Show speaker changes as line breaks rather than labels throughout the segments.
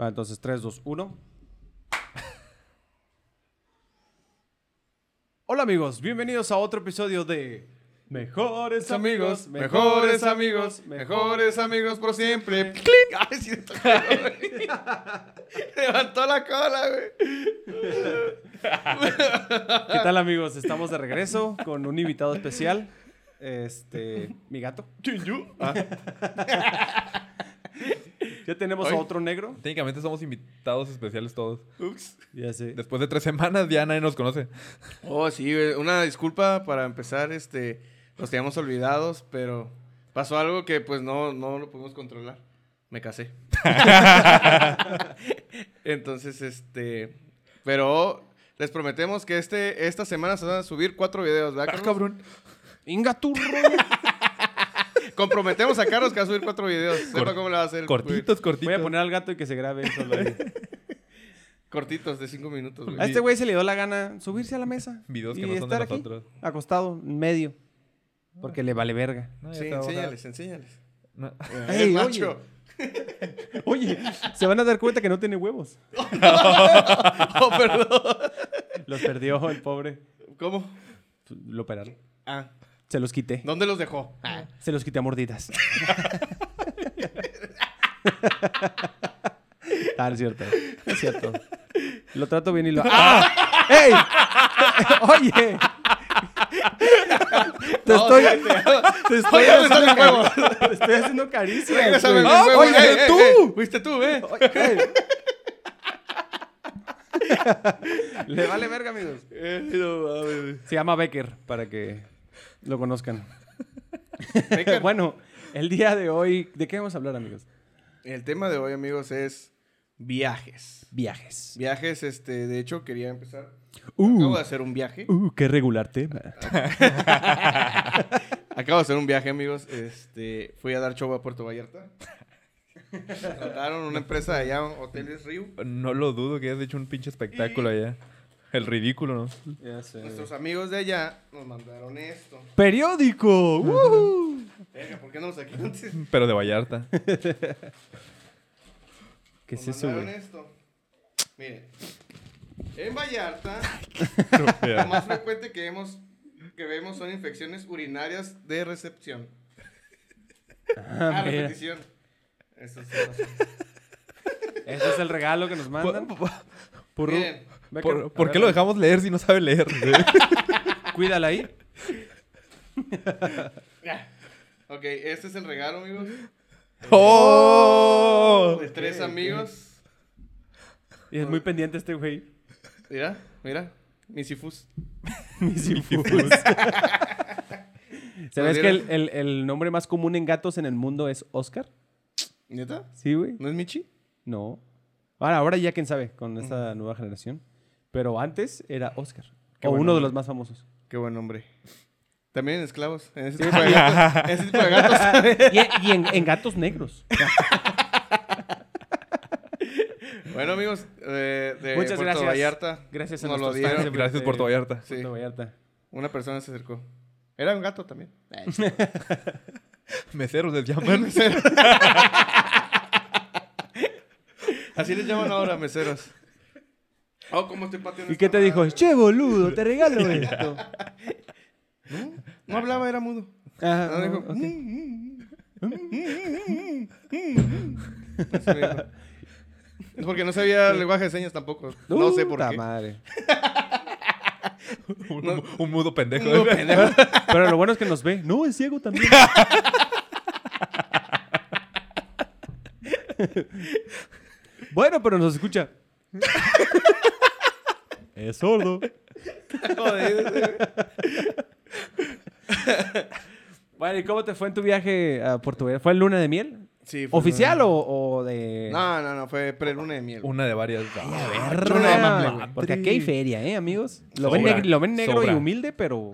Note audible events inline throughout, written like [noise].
Va, entonces 3, 2, 1. Hola amigos, bienvenidos a otro episodio de Mejores Amigos,
mejores amigos, mejores amigos por siempre. ¡Clic! Ay, sí, está cabrón, güey. [laughs] Levantó la cola, güey.
¿Qué tal amigos? Estamos de regreso con un invitado especial. Este, mi gato.
¿Chinyu? Ah,
Ya tenemos
Ay.
a otro negro.
Técnicamente somos invitados especiales todos.
ups.
Ya sé.
Después de tres semanas ya nadie nos conoce.
Oh, sí, güey. Una disculpa para empezar, este. Nos teníamos olvidados, pero pasó algo que pues no, no lo pudimos controlar. Me casé. [laughs] Entonces, este. Pero les prometemos que este, esta semana se van a subir cuatro videos, ¿verdad? Carlos?
cabrón.
Ingaturro.
Comprometemos a Carlos que va a subir cuatro videos. Sepa
Cor-
cómo le va a hacer.
Cortitos, cortitos.
Voy a poner al gato y que se grabe él solo [laughs] ahí.
Cortitos, de cinco minutos,
A
güey.
este güey se le dio la gana subirse a la mesa.
Videos que
y
no son de
estar aquí,
nosotros.
acostado, en medio. Porque le vale verga.
No, ya
Sí,
está,
enséñales, enséñales.
no.
Ey,
el
oye.
macho.
[laughs] Oye, se van a dar cuenta que no tiene huevos.
[laughs] Oh, perdón.
Los perdió el pobre.
¿Cómo?
Lo operaron.
Ah,
Se los quité.
¿dónde los dejó? Ah.
Se los quité a [laughs] mordidas. ah, no es cierto. No es cierto. Lo trato bien y [laughs] lo. ¡Ah! ¡Ey! [laughs] ¡Oye! Te estoy.
[laughs]
Te estoy,
Oye,
haciendo,
regresame el
cari- [laughs] te estoy haciendo caricia.
Regrésame,
¡Ah,
güey,
oye,
güey, eh,
tú!
eh, Fuiste tú, eh.
Le vale verga, amigos.
Eh, no mames.
Se llama Becker, para que lo conozcan.
Becker.
[laughs] bueno, el día de hoy, ¿de qué vamos a hablar, amigos?
El tema de hoy, amigos, es viajes.
Viajes.
Viajes, este, de hecho, quería empezar. Acabo
Uh,
de hacer un viaje.
uh, qué regular tema.
Acabo de hacer un viaje, amigos. Este, fui a dar show a Puerto Vallarta. [laughs] Contrataron una empresa de allá, Hoteles Río.
No lo dudo que hayas hecho un pinche espectáculo allá. El ridículo, ¿no?
Ya sé.
Nuestros amigos de allá nos mandaron esto.
Periódico. uh. ¡Woohoo!
Venga, ¿por qué no lo saqué antes?
Pero de Vallarta. [laughs]
¿Qué es
Nos
eso,
mandaron
güey?
esto. Miren, en Vallarta, lo
Mira,
más frecuente que vemos, que vemos son infecciones urinarias de recepción. Ah,
Ah, mira.
repetición. Eso sí
Ese es el regalo que nos mandan.
Por- por-
Purru.
Miren,
Becker,
¿Por,
a
por
ver,
qué lo dejamos leer si no sabe leer? [laughs]
Cuídala ahí.
pasa. ok, este es el regalo, amigos.
¡Oh!
De tres amigos.
Y es muy pendiente este güey. [laughs]
Mira, mira. Misifus.
Misifus. [laughs] ¿Sabes que el, el- el nombre más común en gatos en el mundo es Oscar?
¿Neta?
Sí, güey.
¿No es Michi?
No. Ahora, ahora ya quién sabe con esta nueva generación. Pero antes era Oscar.
Qué
o
buen
uno de
nombre.
los más famosos.
Qué buen hombre. También en esclavos. En ese tipo de gatos. en ese tipo
[laughs]
de gatos.
y y en, en gatos negros.
bueno, amigos, eh, de
Muchas
Puerto
gracias.
Vallarta.
Gracias a
Nos lo
nuestros
dieron.
fans de-
Gracias,
de-
Puerto Vallarta.
Sí.
Puerto Vallarta.
Una persona se acercó. Era un gato también.
Meseros les llaman.
Así les llaman ahora meseros. [laughs] Oh, ¿cómo estoy pateando
¿Y
esta
qué te dijo?
madre?
Che, boludo, te [laughs] regalo esto.
No hablaba, era mudo.
Ah,
Ah, dijo,
ok.
"Mm, mm, mm, mm, mm, mm". Así me dijo. Es porque no sabía lenguaje de señas tampoco. No sé por
Puta
qué.
madre.
Un, [laughs] un mudo pendejo.
No, [laughs] [laughs] pendejo.
[laughs] Pero lo bueno es que nos ve. No, es ciego también. [laughs] bueno, pero nos escucha. es sordo. Bueno, ¿y cómo te fue en tu viaje a Puerto Vallarta? ¿Fue el luna de miel?
Sí, fue
¿Oficial
una-
o, o de...?
No, no, no, fue preluna de miel.
Una de varias. Ah,
Perra.
Luna de mamble,
güey.
Porque aquí hay feria, ¿eh, amigos? Lo,
Sobra.
ven, negr- lo ven negro
Sobra.
y humilde, pero...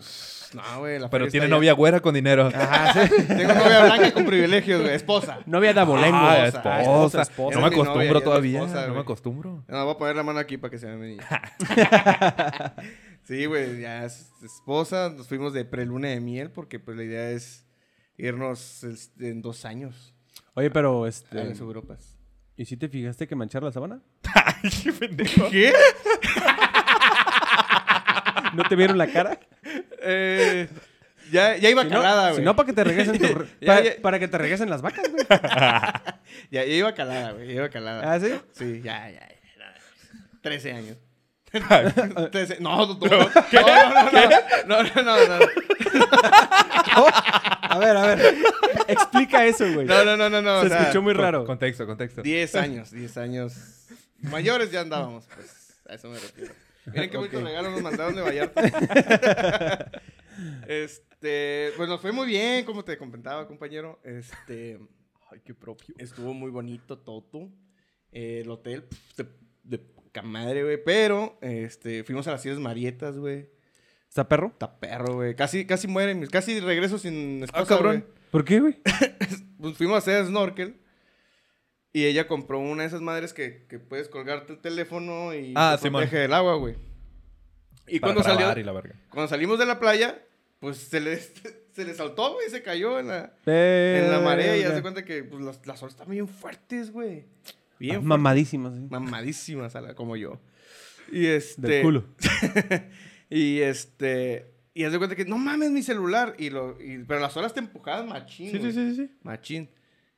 No, güey, la feria
Pero
está
tiene
allá.
novia güera con dinero. Ah,
Ajá, sí.
Tengo novia blanca con privilegios, güey. Esposa.
No había dabolengo.
Ah,
Ah,
esposa.
esposa,
esposa.
No me
Era mi novia,
acostumbro
era mi
todavía.
esposa,
no
güey.
me acostumbro.
No, voy a poner la mano aquí para que se vea mi niño.
[laughs]
sí, güey, ya es esposa, nos fuimos de preluna de miel porque pues la idea es irnos este, en dos años
Oye, pero
a
este...
las Europas.
¿Y si te fijaste que manchar la sábana?
Ay, qué pendejo.
¿Qué?
¿No te vieron la
[laughs]
cara?
Eh, ya, ya iba
Si no-
calada, güey.
Si no, para que te regresen
[laughs]
tu- pa-
Ya, ya.
para que te regresen las vacas, güey.
ya, ya iba calada, güey. Ya iba calada.
¿Ah, sí?
Sí, ya, ya. ya. 13 años.
Ay,
Ah.
[laughs] 13. No, no, no. No, no, no. No, no, no, no.
A ver, a
[laughs]
ver. Explica eso, güey.
No, no, no, no, no, o
Se
sea,
escuchó muy
Con-
raro.
Contexto, contexto.
10 años, 10 años. Mayores ya andábamos, pues. A eso me refiero. Miren qué bonito
Ok.
regalo nos mandaron de Vallarta. este, pues nos fue muy bien, como te comentaba, compañero. Este,
Ay, qué propio.
estuvo muy bonito todo. Eh, el hotel, pf, de, de poca madre, güey. Pero, este, fuimos a las Islas Marietas, güey.
¿Está perro?
Está perro, güey. Casi, casi mueren, mis- casi regreso sin esposa,
cabrón.
güey.
¿Por qué, güey?
Pues fuimos a hacer snorkel. Y ella compró una de esas madres que, que puedes colgarte el teléfono y
Ah,
te
Simón.
protege del agua, güey. Y cuando, salió-
Y la verga.
cuando salimos de la playa, pues se le, [laughs] se le saltó, güey, se cayó en la,
En
en
Eh,
la marea. Y hace cuenta que pues, las, las olas están bien fuertes, güey. Bien fuertes.
Mamadísima, sí.
Mamadísimas, a la- como yo. Y este...
Del culo.
Y este... Y haz de cuenta que, no mames, mi celular. Y lo, y- pero las olas te empujaban machín,
Sí, sí,
güey.
sí, sí.
Machín.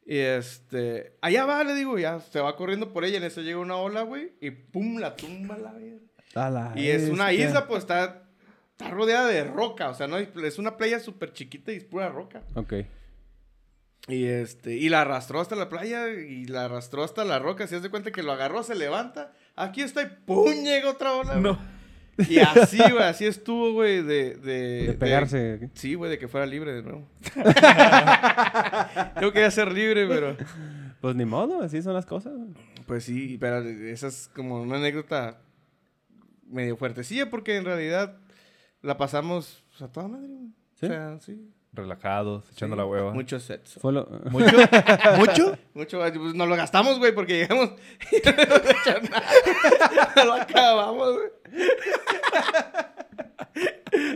Y este, allá va, le digo, ya se va corriendo por ella. En eso llega una ola, güey, y pum, la tumba la verga.
A la
Y es una
bestia.
isla, pues está, está rodeada de roca. O sea, no hay- es una playa súper chiquita y es pura roca.
Ok.
Y este, y la arrastró hasta la playa y la arrastró hasta la roca. Si hace cuenta que lo agarró, se levanta. Aquí está y pum, llega otra ola. güey.
No.
Y así, güey, así estuvo, güey, de, de,
De pegarse.
Sí, güey, de que fuera libre de nuevo. [laughs] Yo quería ser libre, pero.
Pues ni modo, así son las cosas. güey.
Pues sí, pero esa es como una anécdota medio fuertecilla porque en realidad la pasamos pues, a toda madre. güey.
¿Sí?
O sea, sí.
Relajados, echando
Sí.
la hueva.
Mucho sexo.
Fue lo-
[laughs]
[laughs]
¿Mucho? ¿Mucho?
Mucho, pues, nos lo gastamos, güey, porque llegamos y [laughs] no nos echamos nada. [laughs] lo acabamos, güey. [laughs]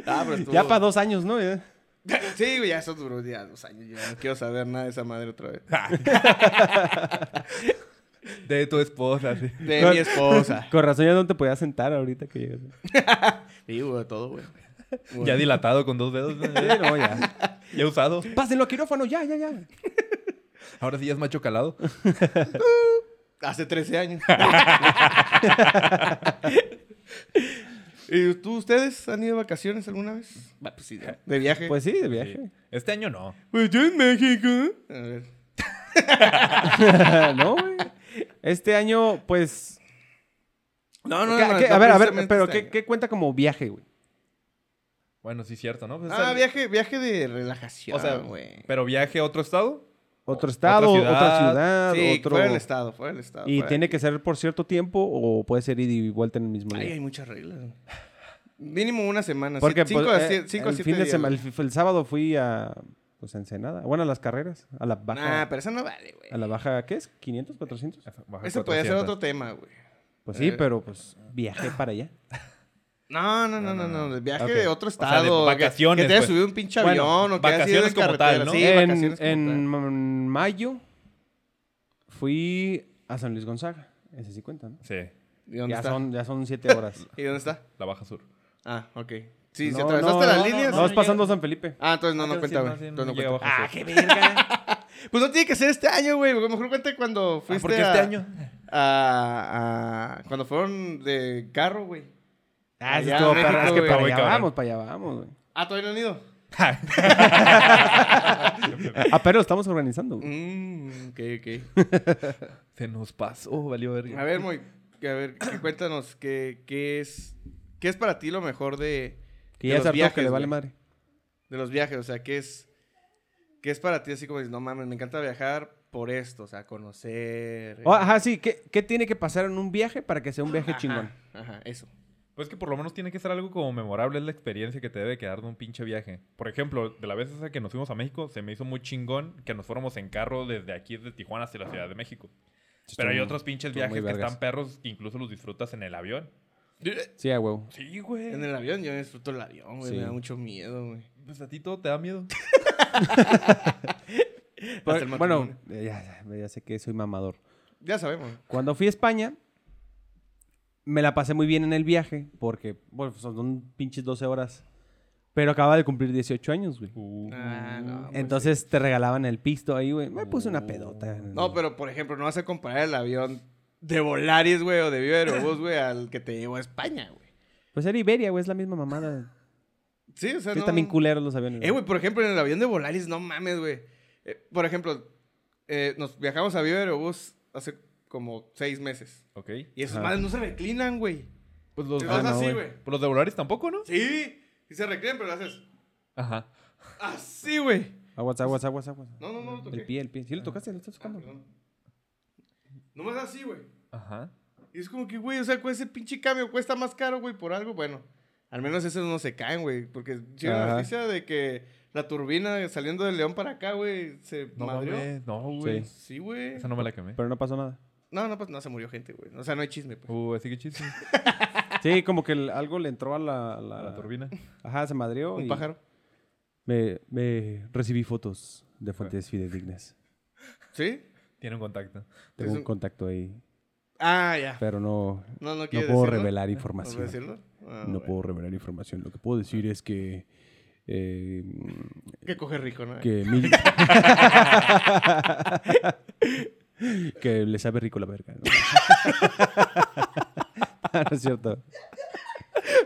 Ah, pero estuvo-
Ya para dos años, ¿no? Ya.
Sí, güey, ya eso duró ya dos años. Ya no quiero saber nada de esa madre otra vez.
De tu esposa, sí.
De mi esposa.
Con razón ya no te podías sentar ahorita que llegas.
Sí, güey, todo, güey.
Ya dilatado con dos dedos. ¿no?
Sí, no, ya.
[laughs] Ya usado.
Pásenlo a quirófano, ya, ya, ya.
Ahora sí ya es macho calado.
Hace 13 [laughs] años. ¿Y tú, ustedes han ido de vacaciones alguna vez? pues sí, de viaje.
Pues sí, de viaje. [laughs]
Sí. Este año no.
Pues yo en México. A ver.
no, güey. Este año, pues.
No, no,
¿qué-
no,
qué-
no,
a ver, a ver,
precisamente
pero
este
¿qué,
año.
qué cuenta como viaje, güey?
Bueno, sí, cierto, ¿no? Pues es
Ah,
al-
viaje, viaje de relajación,
O sea,
güey.
Pero viaje a otro estado.
Otro
Otra
estado, otra ciudad,
ciudad.
Sí,
otro.
fuera del estado, fuera del estado.
y
fuera.
tiene que ser por cierto tiempo o puede ser ida y vuelta en el mismo
Ay,
día.
hay muchas reglas. güey. Mínimo una semana.
Porque
Porque cinco,
pues,
a
eh,
siete- cinco a
el,
siete
fin de
días,
sema-
güey.
el, f- el sábado fui a pues a Ensenada, bueno, a las carreras, a la baja
Nah, pero esa no vale,
a
güey.
la baja ¿qué es? 500, 400.
Baja
Ese podría ser
400.
otro tema, güey.
Pues sí,
Eh.
pero pues viajé para allá.
No, no, no, no, no, el viaje
Ok.
de otro
O sea,
estado.
de
que-
vacaciones,
Que te hayas
pues.
subido un pinche
Bueno,
avión o que hayas ido en
vacaciones como
carretera.
tal, ¿no?
Sí,
en,
vacaciones como
en
tal.
m- mayo fui a San Luis Gonzaga, ese sí cuenta, ¿no?
Sí,
¿Y dónde
Ya
está?
son ya son
[laughs]
7 horas.
¿Y dónde está?
la Baja Sur.
Ah, ok. Sí, Ah, si
No,
atravesaste
no,
las
no,
líneas.
No, es pasando San Felipe. Ah,
Ah, entonces no, no
Entonces,
cuenta, güey.
sí, sí,
Entonces no
llega
cuenta.
Baja Sur.
qué
[laughs]
verga.
Pues no tiene que ser este año, güey. A lo mejor cuenta cuando
Ah,
fuiste
¿Por qué
a-
este año?
a- a- Cuando fueron de carro, güey.
Ah, eso
Allá
estuvo
a México,
perra, es que
güey.
para eh.
Muy
allá
cabrón.
vamos, para allá vamos, güey.
Ah, todavía no han ido.
Ah, pero lo estamos organizando. güey.
Mmm, ok, ok.
Se nos pasó, valió verga.
A ver, Moy, que a ver, [clears throat] que cuéntanos, ¿qué, qué es, ¿qué es para ti lo mejor de,
Que
de
ya
los
se hartó que
viajes,
le vale
güey?
madre.
de los viajes? O sea, ¿qué es, qué es para ti así como dices, no mames, me encanta viajar por esto, o sea, conocer.
Oh,
eh,
ajá, sí. ¿Qué, qué tiene que pasar en un viaje para que sea un viaje
ajá,
chingón?
Ajá, eso.
Pues que por lo menos tiene que ser algo como memorable, es la experiencia que te debe quedar de un pinche viaje. Por ejemplo, de la vez esa que nos fuimos a México, se me hizo muy chingón que nos fuéramos en carro desde aquí, desde Tijuana hacia la Ciudad de México. Pero hay
Estuvo-
otros pinches
estuvo muy
viajes que
vergas.
están perros que incluso los disfrutas en el avión.
Sí, a huevo.
Sí, güey.
En el avión, yo disfruto el avión, güey,
Sí.
me da mucho miedo, güey.
Pues a ti todo te da miedo.
Hasta el
Bueno,
matrimonio.
eh, ya, ya- ya sé que soy mamador.
Ya sabemos.
Cuando fui a España, me la pasé muy bien en el viaje, porque, bueno, son pinches 12 horas. Pero acaba de cumplir 18 años, güey.
Uh,
Ah, no, pues
Entonces te regalaban el pisto ahí, güey. Me puse una pedota.
No, pero por ejemplo, no vas a comparar el avión de Volaris, güey, o de Viva Aerobús, güey, al que te llevó a España, güey.
Pues era Iberia, güey, es la misma mamada.
Sí, o sea,
Sí,
no...
también culeros los aviones.
Eh, güey, por ejemplo, en el avión de Volaris, no mames, güey. Eh, por ejemplo, eh, nos viajamos a Viva Aerobús hace como seis meses.
ok.
Y esos
Ah.
madres no se reclinan, güey.
Pues los,
Te
Ah,
vas
no,
así,
güey.
güey.
pues los de Volaris tampoco, ¿no?
Sí, sí se reclinan, pero lo haces
Ajá.
así, güey.
Aguas, aguas, aguas, aguas.
No, no, no, lo toqué.
El pie, el pie. Sí lo tocaste, lo estás
Ah,
tocando.
perdón. Nomás así, güey.
Ajá.
Y es como que, güey, o sea, con ese pinche cambio cuesta más caro, güey, por algo. Bueno, al menos esos no se caen, güey. Porque llega la
Ajá.
noticia de que la turbina saliendo del León para acá, güey, se
No
madrió.
mames, no, güey.
Sí.
Sí, güey.
Esa no me la quemé.
Pero no pasó nada.
No, no, pues no se murió gente, güey. O sea, no hay chisme, pues.
Uh, así que chiste.
Sí, como que el- algo le entró a la, a la-
La turbina.
Ajá, se madrió.
Un
y
pájaro.
Me, me recibí fotos de fuentes fidedignas.
¿Sí?
Tiene
[laughs]
un contacto.
Tengo
Es
un
un-
contacto ahí,
Ah, ya.
pero no, no
No, no
puedo
quiero decirlo.
revelar
¿No puedo
información.
decirlo? Ah,
No
bueno.
puedo revelar información. Lo que puedo decir es que. eh,
Que coge rico, ¿no? [laughs]
que mi- [laughs] que le sabe rico la verga. ¿no? [laughs] Ah, No, no es cierto.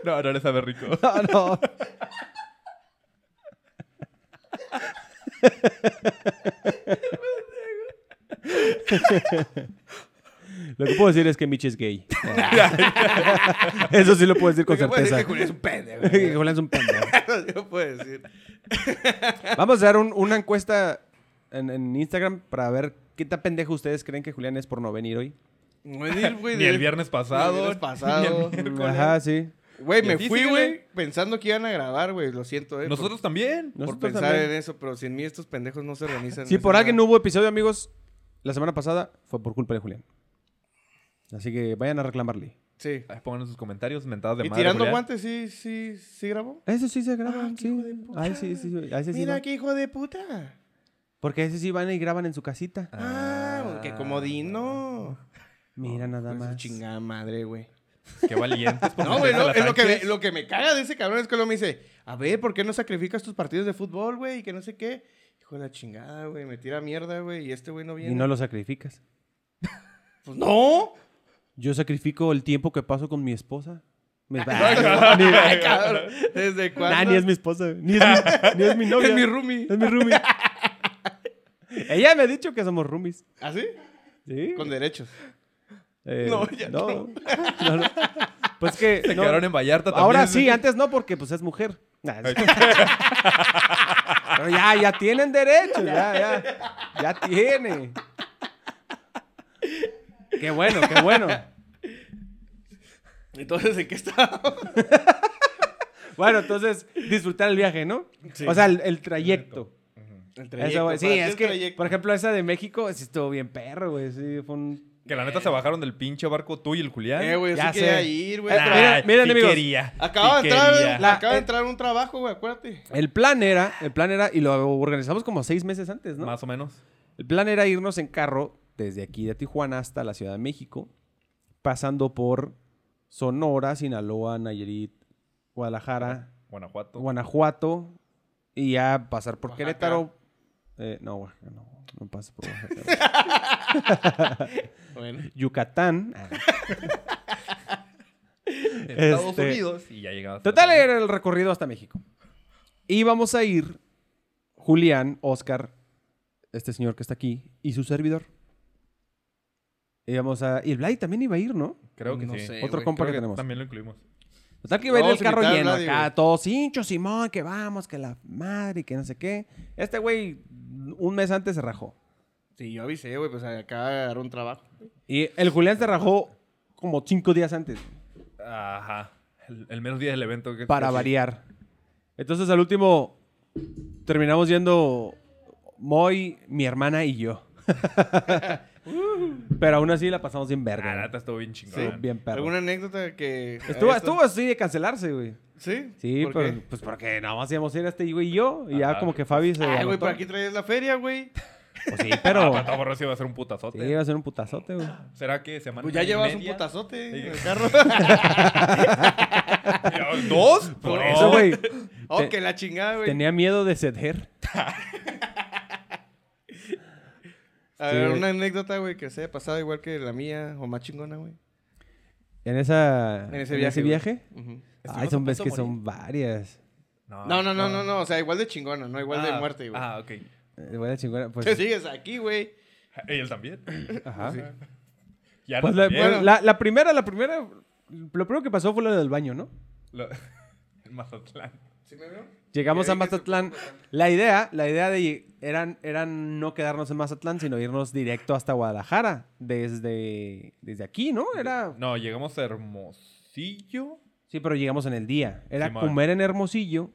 No, no le sabe [laughs] rico.
Ah,
No, no. Lo que puedo decir es que Mitch es gay. Eso sí lo puedo decir con
Lo que puedo decir
certeza.
es que [laughs] Julián es
[laughs]
un
Que
pendejo. [laughs]
Julián es un pendejo.
Yo puedo decir.
Vamos a dar un- una encuesta en, en Instagram para ver qué tan pendejo ustedes creen que Julián es por no venir hoy.
Venir, güey,
Ni
de-
el viernes pasado. [laughs]
Ni el viernes pasado.
ni el miércoles.
Ajá, sí.
Güey,
Y
me
así
fui,
síguele.
güey, pensando que iban a grabar, [laughs] güey. Lo siento, eh.
Nosotros también.
por, por
Nosotros
pensar
también.
en eso, pero sin mí estos pendejos no se organizan.
Si
no
por
hacen
alguien no
nada.
hubo episodio, amigos, la semana pasada fue por culpa de Julián. Así que vayan a reclamarle.
Sí.
Ay, Pongan en sus comentarios mentadas de
Y
madre.
tirando
Julián.
guantes, sí, sí, sí grabó.
Eso sí se graba,
Ah, qué hijo de
sí.
puta.
Ahí sí, sí, sí. Ahí sí, sí
Mira
va.
qué hijo de puta.
Porque ese sí van y graban en su casita.
Ah, qué comodino.
Mira nada
Pues,
más.
Chingada madre, güey. [laughs]
Qué valientes. por
[laughs]
No, güey,
meterse
lo,
al
es lo, que me,
ataque.
lo que me caga de ese cabrón es que luego me dice, a ver, ¿por qué no sacrificas tus partidos de fútbol, güey? Y que no sé qué. Hijo de la chingada, güey, me tira mierda, güey, y este güey no viene.
Y no lo sacrificas.
Pues no.
[laughs] Yo sacrifico el tiempo que paso con mi esposa.
[laughs]
Mi-
Ay, cabrón. ¿Desde cuándo?
[laughs] Nah, ni es mi esposa, ni es mi, ni es mi novia.
[laughs] Es mi roomie.
Es mi
[laughs]
roomie. Ella me ha dicho que somos roomies.
¿Ah, sí?
¿Sí?
Con derechos.
Eh,
No, ya no.
[laughs] No, no. Pues que.
Se
no.
quedaron en Vallarta también.
Ahora sí, antes no, porque pues es mujer. Nah, es- [laughs] Pero ya, ya tienen derecho, ya, ya. Ya tiene. Qué bueno, qué bueno.
Entonces, ¿en qué está?
Bueno, entonces, disfrutar el viaje, ¿no? O sea, el, el trayecto.
El
Eso, güey. sí,
para ti
es
el
que,
trayecto.
por ejemplo, esa de México, sí estuvo bien perro, güey. Sí, fue un...
Que la neta se bajaron del pinche barco tú y el Julián. Ah,
Eh, güey, yo
Ya
sí quería
sé.
ir, güey.
Eh,
pero-
mira, miren, amigos.
piquería,
Acaba de
piquería.
entrar,
La-
acaba
eh.
de entrar un trabajo, güey, acuérdate.
El plan era, el plan era, y lo organizamos como seis meses antes, ¿no?
Más o menos.
El plan era irnos en carro desde aquí de Tijuana hasta la Ciudad de México, pasando por Sonora, Sinaloa, Nayarit, Guadalajara,
Guanajuato.
Guanajuato y ya pasar por
Oaxaca.
Querétaro. Eh, no, Oaxaca, no, no pasa por Oaxaca.
Bueno.
Yucatán.
Estados
Este-
Unidos. Y ya llegabas.
Total era el recorrido hasta México. Íbamos a ir Julián, Oscar, este señor que está aquí, y su servidor. Íbamos a... Y el Vlad también iba a ir, ¿no?
Creo que
eh, No
sí.
sé.
Otro
güey,
compa
Creo
que,
que
tenemos.
también lo incluimos.
Total Pues que iba a ir el
Vamos a
carro
invitar a
lleno
nadie,
acá,
güey.
todos hinchos, Simón, que vamos, que la madre, que no sé qué. Este güey un mes antes se rajó.
Sí, yo avisé, güey, pues acaba de agarrar un trabajo.
Y el Julián se rajó como cinco días antes,
Ajá. El, el menos día del evento. Que
para
que-
variar. Entonces al último terminamos yendo Moy, mi hermana y yo. [laughs] Pero aún así la pasamos bien
Ah, la
verga.
neta estuvo bien chingón.
Estuvo bien perro.
¿Alguna anécdota que...
Estuvo,
hayas-
estuvo así de cancelarse, güey.
¿Sí?
Sí,
¿Por
pero-
qué?
pues porque nada más íbamos a ir a este güey y yo. Y ya
Ajá.
como que Fabi se...
Ay, Ah, güey,
anotó.
por aquí traías la feria, güey.
Pues sí, pero.
Ah, Pato Borroso iba a ser un putazote.
sí, va a ser un putazote,
[laughs]
güey.
¿Será que semana
Pues ya
y
llevas un
media? [laughs]
putazote
Sí.
en el carro.
[laughs]
¿Dos? Por
Por
eso,
eso, güey.
oh,
Te-
que la chingada, güey.
Tenía miedo de ceder.
A
Sí,
ver,
güey.
una anécdota, güey, que se haya pasado igual que la mía o más chingona, güey.
En, esa,
En ese viaje, güey. Ujú.
Ay, son ves que son varias. Ah,
No, no, no, no, no, o sea, igual de chingona, no igual de
Ah,
muerte, güey.
Ah, ok.
Eh, buena chingona, pues,
Te sigues aquí, güey.
Ellos también.
ajá.
Ya
Pues
no
la,
también.
pues, la- la primera, la primera. Lo primero que pasó fue lo del baño, ¿no?
Lo- [laughs] en Mazatlán.
¿Sí me veo?
Llegamos
Ya
a
dije que se
Mazatlán. La idea, la idea de lleg- eran, eran no quedarnos en Mazatlán, sino irnos directo hasta Guadalajara. Desde, desde aquí, ¿no? Era.
No, llegamos a Hermosillo.
Sí, pero llegamos en el día. Era
Simón.
comer en Hermosillo.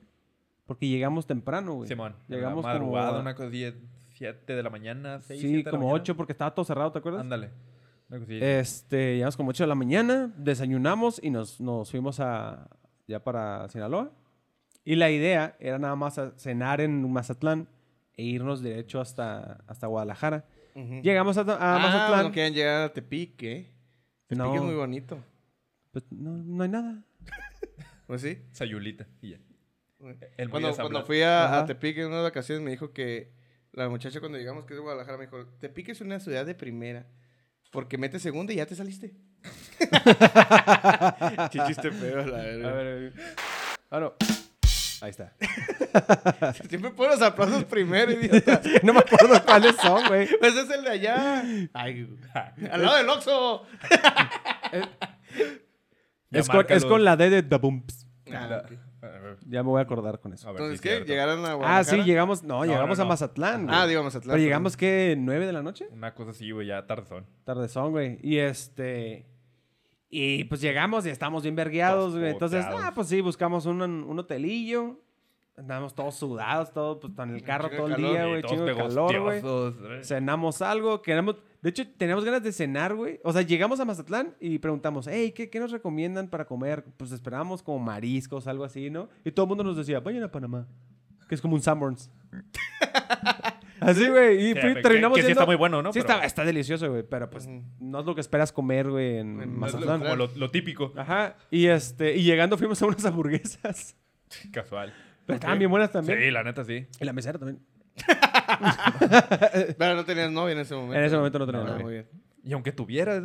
Porque llegamos temprano, güey.
Simón.
Llegamos
Llegamos madrugada,
como a-
una cosa 10, 7 de la mañana, 6,
Sí, como 8 porque estaba todo cerrado, ¿te acuerdas?
Ándale. Una cosilla.
Este, llegamos como 8 de la mañana, desayunamos y nos, nos fuimos a, ya para Sinaloa. Y la idea era nada más a- cenar en Mazatlán e irnos derecho hasta, hasta Guadalajara.
Ujú.
Llegamos a, a
Ah,
Mazatlán.
no quieren llegar a Tepic, ¿eh? Tepic
No.
es muy bonito.
Pues, no, no hay [laughs] nada.
Pues sí.
Sayulita. Y ya.
güey.
El muy
Cuando,
desablado.
cuando fui a, a
Ajá.
Tepic en unas vacaciones me dijo que la muchacha cuando llegamos que es de Guadalajara me dijo, Tepic es una ciudad de primera, porque metes segunda y ya te [laughs] saliste. Chichiste feo, [laughs] la
A
verdad.
ver. Ah, no. Ahí está.
Siempre pones los aplausos
[laughs]
primero, idiota.
[laughs] no me acuerdo cuáles son, güey.
Ese es el de allá.
[laughs]
Ay, güey. al lado del Oxxo.
Ya
Es con, es
márcalos.
con la D de The Bumps.
Ah, ok.
A ver,
Ya me voy a acordar con eso.
a ver si
Entonces,
es
¿qué?
cierto.
¿Llegaron a Guadalajara?
Ah, sí, llegamos. No,
No,
llegamos
no,
a
no.
Mazatlán.
Ah,
güey.
digo, Mazatlán.
Pero llegamos que 9 de la noche.
Una cosa así, güey, ya tardezón.
Tardezón, güey. Y este. Y pues llegamos y estamos bien vergueados,
Todos
güey. Entonces,
puteados.
ah, pues sí, buscamos un, un hotelillo. Andábamos todos sudados, todos pues, en el carro
Chingo
todo
de
el
calor.
día,
Y
güey.
todos
Chingo de calor, güey.
pegostiosos, güey.
Cenamos algo, queremos. De hecho, teníamos ganas de cenar, güey. O sea, llegamos a Mazatlán y preguntamos, hey, ¿qué, qué nos recomiendan para comer? Pues esperábamos como mariscos, algo así, ¿no? Y todo el mundo nos decía, vayan a Panamá, que es como un
[laughs]
Sanborns. así, güey. Y
Que-
fui-
que-
terminamos
que sí
yendo-
está muy bueno, ¿no?
Sí,
Pero
está, está delicioso, güey, pero pues
Ujú.
no es lo que esperas comer, güey, en,
En
no es lo-
Mazatlán. Ah.
Como lo, lo típico.
Ajá, y este, y llegando fuimos a unas [laughs] hamburguesas.
Casual.
Pero estaban bien buenas también.
Sí, la neta, sí.
Y la mesera también.
Pero no tenías novia en ese momento.
eh, En ese momento no tenía
Ah,
novia.
muy bien.
Y aunque tuvieras,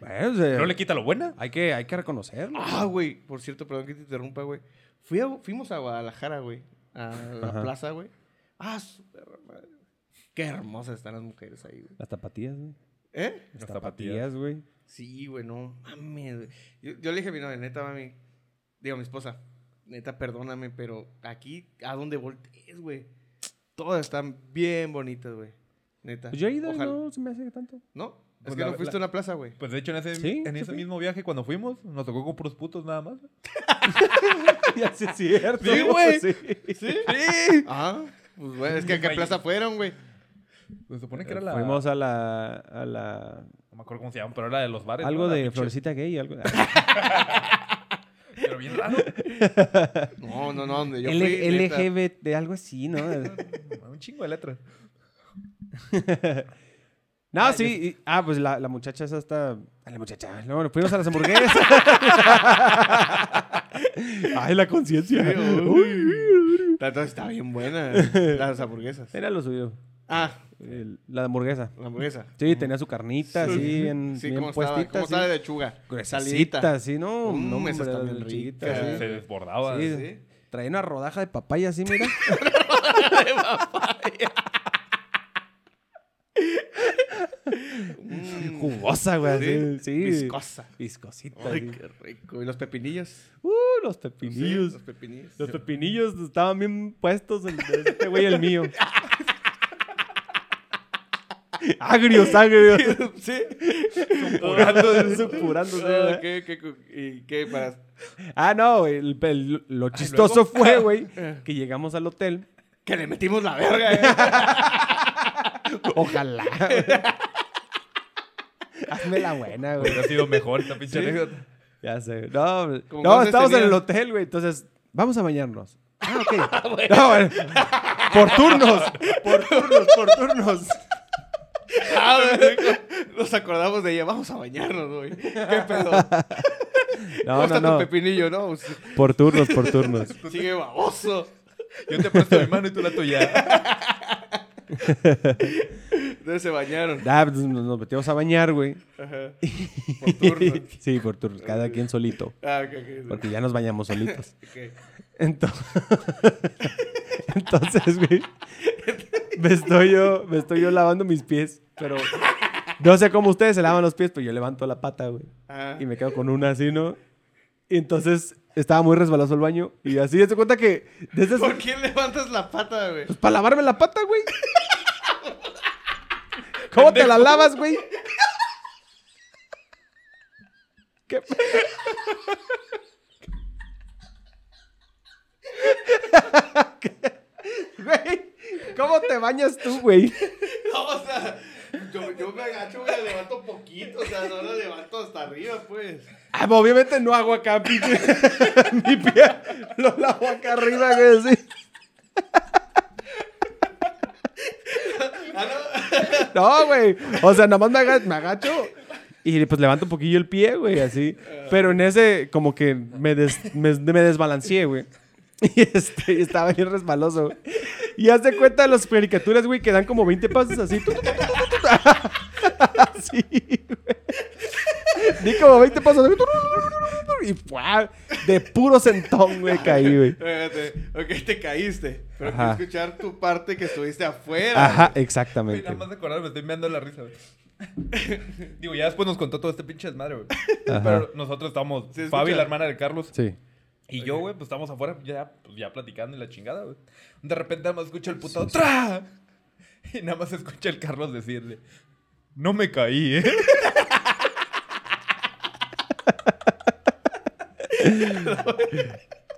Bueno, o sea,
no le quita lo buena.
Pues, eh, hay, que, hay que reconocerlo.
Ah, güey, por cierto, perdón que te interrumpa, güey. Fui a- fuimos a Guadalajara, güey, a la
Ajá.
plaza, güey. Ah, su perra madre. Qué hermosas están las mujeres ahí, güey.
Las tapatías, güey.
¿Eh?
Las
Las
tapatías, güey.
Sí, güey, no mames. güey. Yo, yo le dije a mi novia, neta, mami. Digo, a mi esposa, neta, perdóname, pero aquí, a donde voltees, güey, todas están bien bonitas, güey. Neta.
Pues yo he ido,
Ojalá-
no se me hace que tanto.
¿No? Es
Pues
que
la-
no fuiste a una plaza,
[laughs]
güey.
Pues de hecho, en ese,
Sí,
en
sí
ese
fui.
mismo viaje, cuando fuimos, nos tocó con puros putos nada más.
[laughs] ya sí es cierto.
Sí, güey.
Sí.
Ah, pues, güey, es que a qué
Güey.
plaza fueron, güey.
Se supone que era la.
Fuimos a la, a la...
No me acuerdo cómo se llama, pero era la de los bares.
Algo
¿no? La
de
pinche-
Florecita Gay, algo
Pero bien raro.
No, no, no, donde yo fui.
L-
neta.
LGBT, de algo así, ¿no?
Un chingo
[laughs]
de letras.
No, sí. y- ah, pues la, la muchacha es hasta... La muchacha. No, bueno, fuimos a las hamburguesas. Ay, la conciencia.
Sí, uy. Tanto está
[laughs]
bien buena. Las hamburguesas.
Era lo suyo.
Ah,
el- la hamburguesa.
la hamburguesa.
Sí, tenía su carnita así, bien,
Sí,
bien
¿cómo estaba?
puestita.
¿Cómo
así.
estaba de lechuga?
Gruesecita, así, ¿no?
Mm,
no,
esas
hombre,
están bien
chiquita,
ricas.
así.
Se desbordaba.
Sí,
sí.
Traía una rodaja de papaya así,
[laughs]
mira.
Mm,
Jugosa, güey.
Sí,
así, Sí.
viscosa.
Viscosita.
Ay,
así.
qué rico. ¿Y los pepinillos?
Uh, los
Sí,
pepinillos.
los pepinillos. [laughs]
Los pepinillos estaban bien puestos, el de este güey y el
[laughs]
mío. agrios, agrios.
sí.
Supurando, supurando.
Ah, ¿qué, qué, cu- ¿Y qué para...?
Ah, no, güey, el- el-
Ah,
lo chistoso
[laughs]
fue, güey,
Eh.
que llegamos al hotel.
Que le metimos la verga, eh.
Ojalá. [laughs] Hazme la buena, güey.
Hubiera sido mejor esta pinche
Sí.
anécdota.
Ya sé. No, no
Como cuando
estamos en
tenía- [laughs] Ah,
el hotel, güey. Entonces, vamos a bañarnos. Ah, ok. No, [laughs] bueno. Por turnos. [laughs] Por turnos, por turnos.
[laughs] Ah, güey, Nos acordamos de ella. Vamos a bañarnos, güey. ¿Qué pedo? ¿Cómo
No, no,
está tu
no.
pepinillo? No, Pues,
Por turnos, por turnos.
[laughs] sigue baboso.
Yo te presto mi mano y tú la tuya.
Entonces
[laughs]
se bañaron.
Ah, pues, nos nos metimos a bañar, güey.
Ajá. Por turno.
[laughs] Sí, por turnos. Cada quien solito.
Ah, ok, ok.
Porque ya nos bañamos solitos.
Ok.
Entonces, [laughs] entonces güey, me estoy, yo, me estoy yo lavando mis pies, pero no sé cómo ustedes se lavan los pies, pero yo levanto la pata, güey,
Ah.
y me quedo con una así, ¿no? Y entonces estaba muy resbaloso el baño, y así, te cuenta que desde
¿Por qué levantas la pata, güey? [laughs]
para lavarme la pata, güey. ¿Cómo te la lavas, güey? ¿Qué pe- Güey, ¿cómo te bañas tú, güey?
No, o sea, yo, yo me agacho, güey, la levanto poquito, o sea, no la levanto hasta arriba, pues.
Ah, obviamente no hago acá, pinche. [laughs] Mi pie lo lavo acá arriba, güey, así. No, güey. O sea, nomás me, aga- me agacho y pues levanto un poquillo el pie, güey, así. Pero en ese, como que me, des- me, me desbalanceé, güey. [laughs] Y este, y estaba bien resbaloso, güey. Y haz de cuenta de las caricaturas, güey, que dan como 20 pasos así. tu, tu, tu, tu, tu, tu. [laughs] Así, güey. Di como 20 pasos. así, tu, tu, tu, tu, tu, Y ¡fua! de puro sentón, güey, caí, güey.
Espérate, ok, te caíste, pero
Ajá. Ah.
quiero escuchar tu parte que estuviste afuera.
Ajá,
Güey,
exactamente.
Nada más de acordarme, me estoy meando la risa, güey. [laughs] Digo, ya después nos contó todo este pinche desmadre, güey.
Ajá.
Pero nosotros estábamos,
¿Se escucha?
Fabi, la hermana de Carlos,
Sí.
y yo, güey, pues estábamos afuera ya, pues, ya platicando y la chingada, güey. De repente nada más escucha el putado ¡Tra! [laughs] Y nada más escucha el Carlos decirle, no me caí, ¿eh?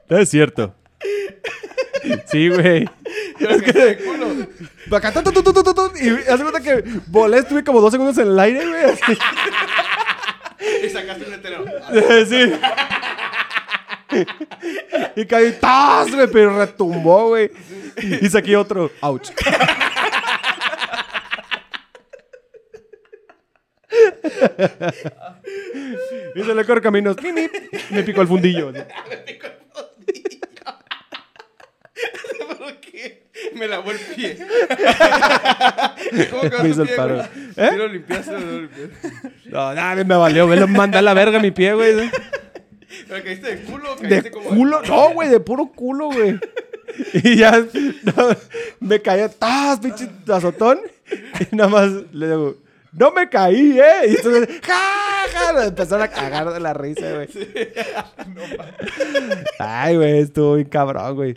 Es cierto. Sí, güey.
Yo me caí de culo.
Acá, tu, tu, tu, tu, tu, tu, y hace cuenta que volé, estuve como dos segundos en el aire, güey. así. [laughs]
Y sacaste un letrero.
Sí. Y caí, ¡tas! güey, pero retumbó, güey. Y saqué otro, ¡ouch! Hice el corre caminos, ¡mip, mip! Me picó el fundillo.
[laughs] ¿Por qué? Me lavó el
[laughs]
pie. ¿Cómo quedó
Me
tu
hizo el
pie,
paro.
güey?
¿Eh?
¿Sí lo limpiaste o no lo limpiaste?
No, nada, me valió, güey. Lo mandé a la verga mi pie, güey.
¿Pero caíste de culo o caíste
De
como
culo, no, güey, de puro culo,
[laughs]
güey. Y ya no, me caía, ¡tas! Pinche azotón. Y nada más le digo, ¡no me caí, eh! Y entonces, ¡ja! ja! Me empezaron a cagar de la risa, güey.
[laughs]
Ay, güey, estuvo bien cabrón, güey.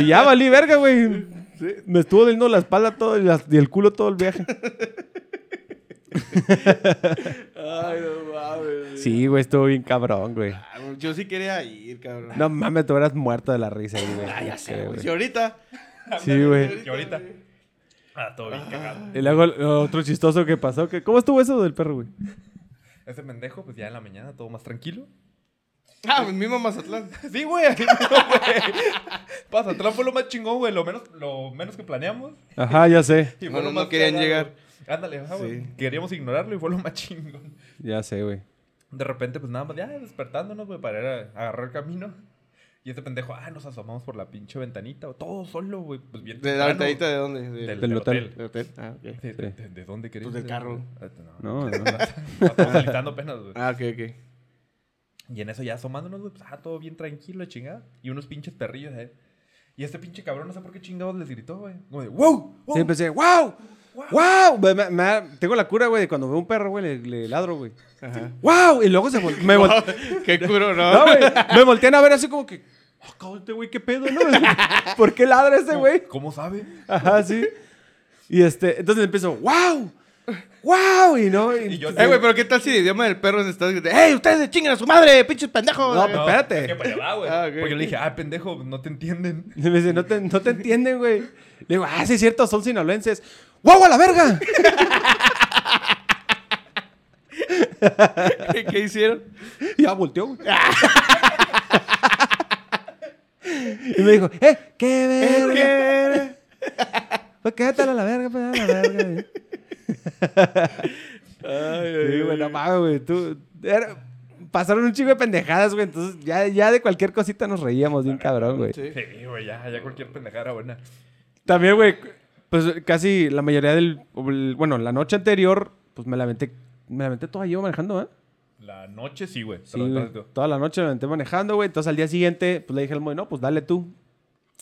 Y ya valí verga, güey. Me estuvo doliendo la espalda todo y, las- y el culo todo el viaje.
Ay, no mames.
Sí, güey, estuvo bien cabrón, güey.
Ah, Yo sí quería ir, cabrón.
No mames, tú eras muerto de la risa, güey.
Ah, ya sé, güey. Y ahorita.
Sí, güey.
Y ahorita, ah, todo bien cagado.
Y luego lo otro chistoso que pasó, que ¿cómo estuvo eso del perro, güey?
Ese pendejo, pues ya en la mañana, todo más tranquilo.
Ah, el mismo Mazatlán.
[laughs] Sí, güey. así mismo, güey. Pasa, Atlán fue lo más chingón, güey. Lo menos, lo menos que planeamos.
Ajá, ya sé,
Y
No,
fue
no,
lo
no
más
querían
cagado,
llegar.
güey. Ándale, ajá, güey. Queríamos ignorarlo y fue lo más [laughs] chingón.
ya sé, güey.
De repente, pues nada más, ya despertándonos, güey, para ir a, a agarrar camino. Y este pendejo, ah, nos asomamos por la pinche ventanita, güey, todo solo, güey. Pues bien.
¿De la
temprano,
ventanita de
güey.
dónde? De-
del,
Del
del
hotel.
hotel.
¿De hotel? Ah, ok.
¿De, de- de- de dónde querías?
Pues del carro.
Ah,
No, no.
Estamos
[laughs]
saltando apenas, güey.
Ah, ok, ok.
Y en eso ya asomándonos, güey, pues, ah, todo bien tranquilo, la chingada. Y unos pinches perrillos, eh. Y este pinche cabrón, no sé por qué chingados les gritó, güey. Como de, wow, wow.
Sí,
pues,
empecé, ¡wow! ¡Wow! Me- me- me- tengo la cura, güey, de cuando veo un perro, güey, le, le ladro, güey.
Ajá.
¡Wow! Y luego se vol- me, vol-
[laughs] Qué curo, ¿no?
no, güey, me voltean a ver así como que, ¡oh, cabrón, este güey, qué pedo, no! [laughs] ¿Por qué ladra ese güey?
¿Cómo sabe?
Ajá, sí. Y este, entonces empiezo, ¡wow! ¡wow! Y no, y,
Y yo-
Eh, güey, pero ¿qué tal si el idioma del perro se está diciendo, ¡Ey, ustedes se chingan a su madre, pinches pendejos! [laughs]
No,
Eh,
pero- espérate.
es que para allá va, güey.
Ah, ok.
Porque le dije, ah, pendejo, no te entienden. [laughs]
Y me dice, no te, no te entienden, güey. Le digo, ah, sí es cierto, son sinaloenses. ¡Wow, a la verga!
¿Qué, qué hicieron?
Y [laughs] ya volteó, güey. y me dijo, ¡eh, qué verga! [laughs] Pues quédatela a la verga, pues a la verga, güey. Sí, güey, no mames, güey. Tú, era- pasaron un chingo de pendejadas, güey. Entonces ya, ya de cualquier cosita nos reíamos bien cabrón, güey.
Sí.
Sí, güey, ya, ya cualquier pendejada era buena.
También, güey, pues casi la mayoría del... o el- Bueno, la noche anterior, pues me la aventé, me la aventé toda yo manejando, ¿eh?
La noche sí, güey. te
Sí,
lo
güey.
aventabas tú.
Toda la noche me la aventé manejando, güey. Entonces al día siguiente, pues le dije al Moy, no, pues dale tú.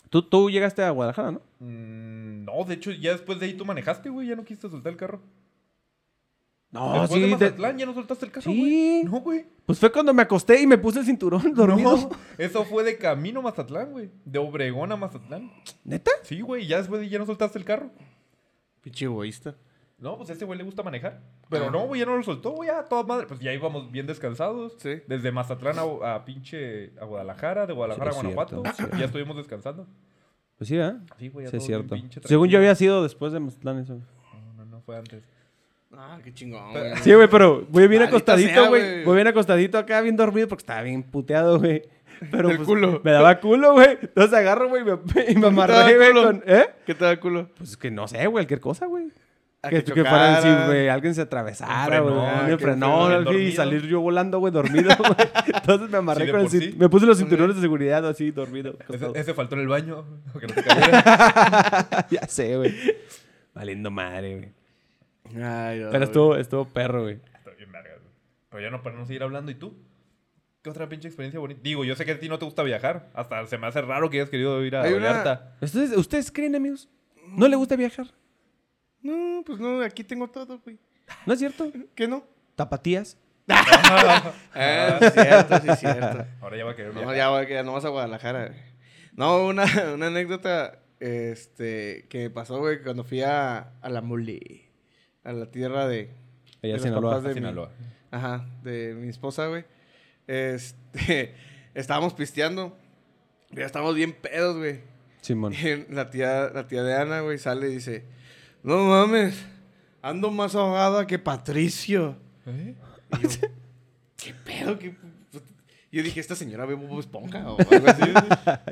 Tú, tú llegaste a Guadalajara, ¿no?
Mm, no, de hecho, ya después de ahí tú manejaste, güey. Ya no quisiste soltar el carro.
No,
después de
Ah, sí. te-
Mazatlán ya no soltaste el carro, güey.
Sí.
No, güey.
Pues fue cuando me acosté y me puse el cinturón dormido.
No, eso fue de camino a Mazatlán, güey. De Obregón a Mazatlán.
¿Neta?
Sí, güey, ya después de ahí ya no soltaste el carro.
Pinche egoísta.
No, pues a ese güey le gusta manejar. Pero no, güey, ya no lo soltó, güey, a toda madre. Pues ya íbamos bien descansados.
Sí.
Desde Mazatlán a, a pinche a Guadalajara, de Guadalajara
Sí,
a
es
Guanajuato.
cierto, es cierto.
ya estuvimos descansando.
Pues sí, ¿verdad?
Sí, güey, ya
Sí, es
todo bien
cierto.
pinche
Según yo
tranquilo.
había sido después de Mazatlán eso.
No, no, no fue antes.
Ah, qué chingón, güey.
Sí, güey, pero voy bien
Maldita sea,
acostadito,
güey.
güey. Voy bien acostadito acá, bien dormido, porque estaba bien puteado, güey. Pero
Del
pues,
culo.
me daba culo, güey. Entonces agarro, güey, y me, y me
te
amarré,
daba
güey,
culo?
con- ¿Eh?
¿Qué te da culo?
Pues es que no sé, güey, cualquier cosa, güey.
A
Que,
que
que fuera así,
chocara.
güey, alguien se atravesara,
Un
güey.
frenón,
alguien
que
frenó,
frenón,
algo así, y
dormido.
salir yo volando, güey, dormido, [laughs] güey. Entonces me amarré
Sí, de
con el
por sí.
cint- Me puse los cinturones de seguridad así,
[laughs]
dormido.
Ese,
acostado.
ese faltó en el baño. [laughs] Que no te cayera.
[laughs] ya sé, güey. Valiendo madre, güey.
Ay, no,
Pero
güey.
estuvo, estuvo perro, güey.
Estoy bien verga, güey. Pero ya no, para no seguir hablando. ¿Y tú? ¿Qué otra pinche experiencia bonita? Digo, yo sé que a ti no te gusta viajar. Hasta se me hace raro que hayas querido ir a
Hay una-
Vallarta.
¿Ustedes, ¿Ustedes creen, amigos? ¿No le gusta viajar?
No, pues no, aquí tengo todo, güey.
¿No es cierto?
¿Qué no?
Tapatías.
Ah, sí, cierto, sí, cierto.
Ahora ya va a querer
No,
viajar.
ya, voy, que ya no vas a Guadalajara. güey. No, una, [laughs] una anécdota este, que me pasó, güey, cuando fui a, a la mole, a la tierra de...
Allá
de
en
los
Sinaloa.
papás de mi-
Sinaloa.
ajá, de mi esposa, güey. Este, [laughs] estábamos pisteando. Ya estábamos bien pedos, güey.
[laughs]
[laughs]
Simón.
Y La tía, la tía de Ana, güey, sale y dice, no mames, ando más ahogada que Patricio. [laughs]
¿Eh?
Y yo, ¿Qué pedo? ¿Qué pu- pu- pues, Yo dije, esta señora ve Bob Esponja o algo así.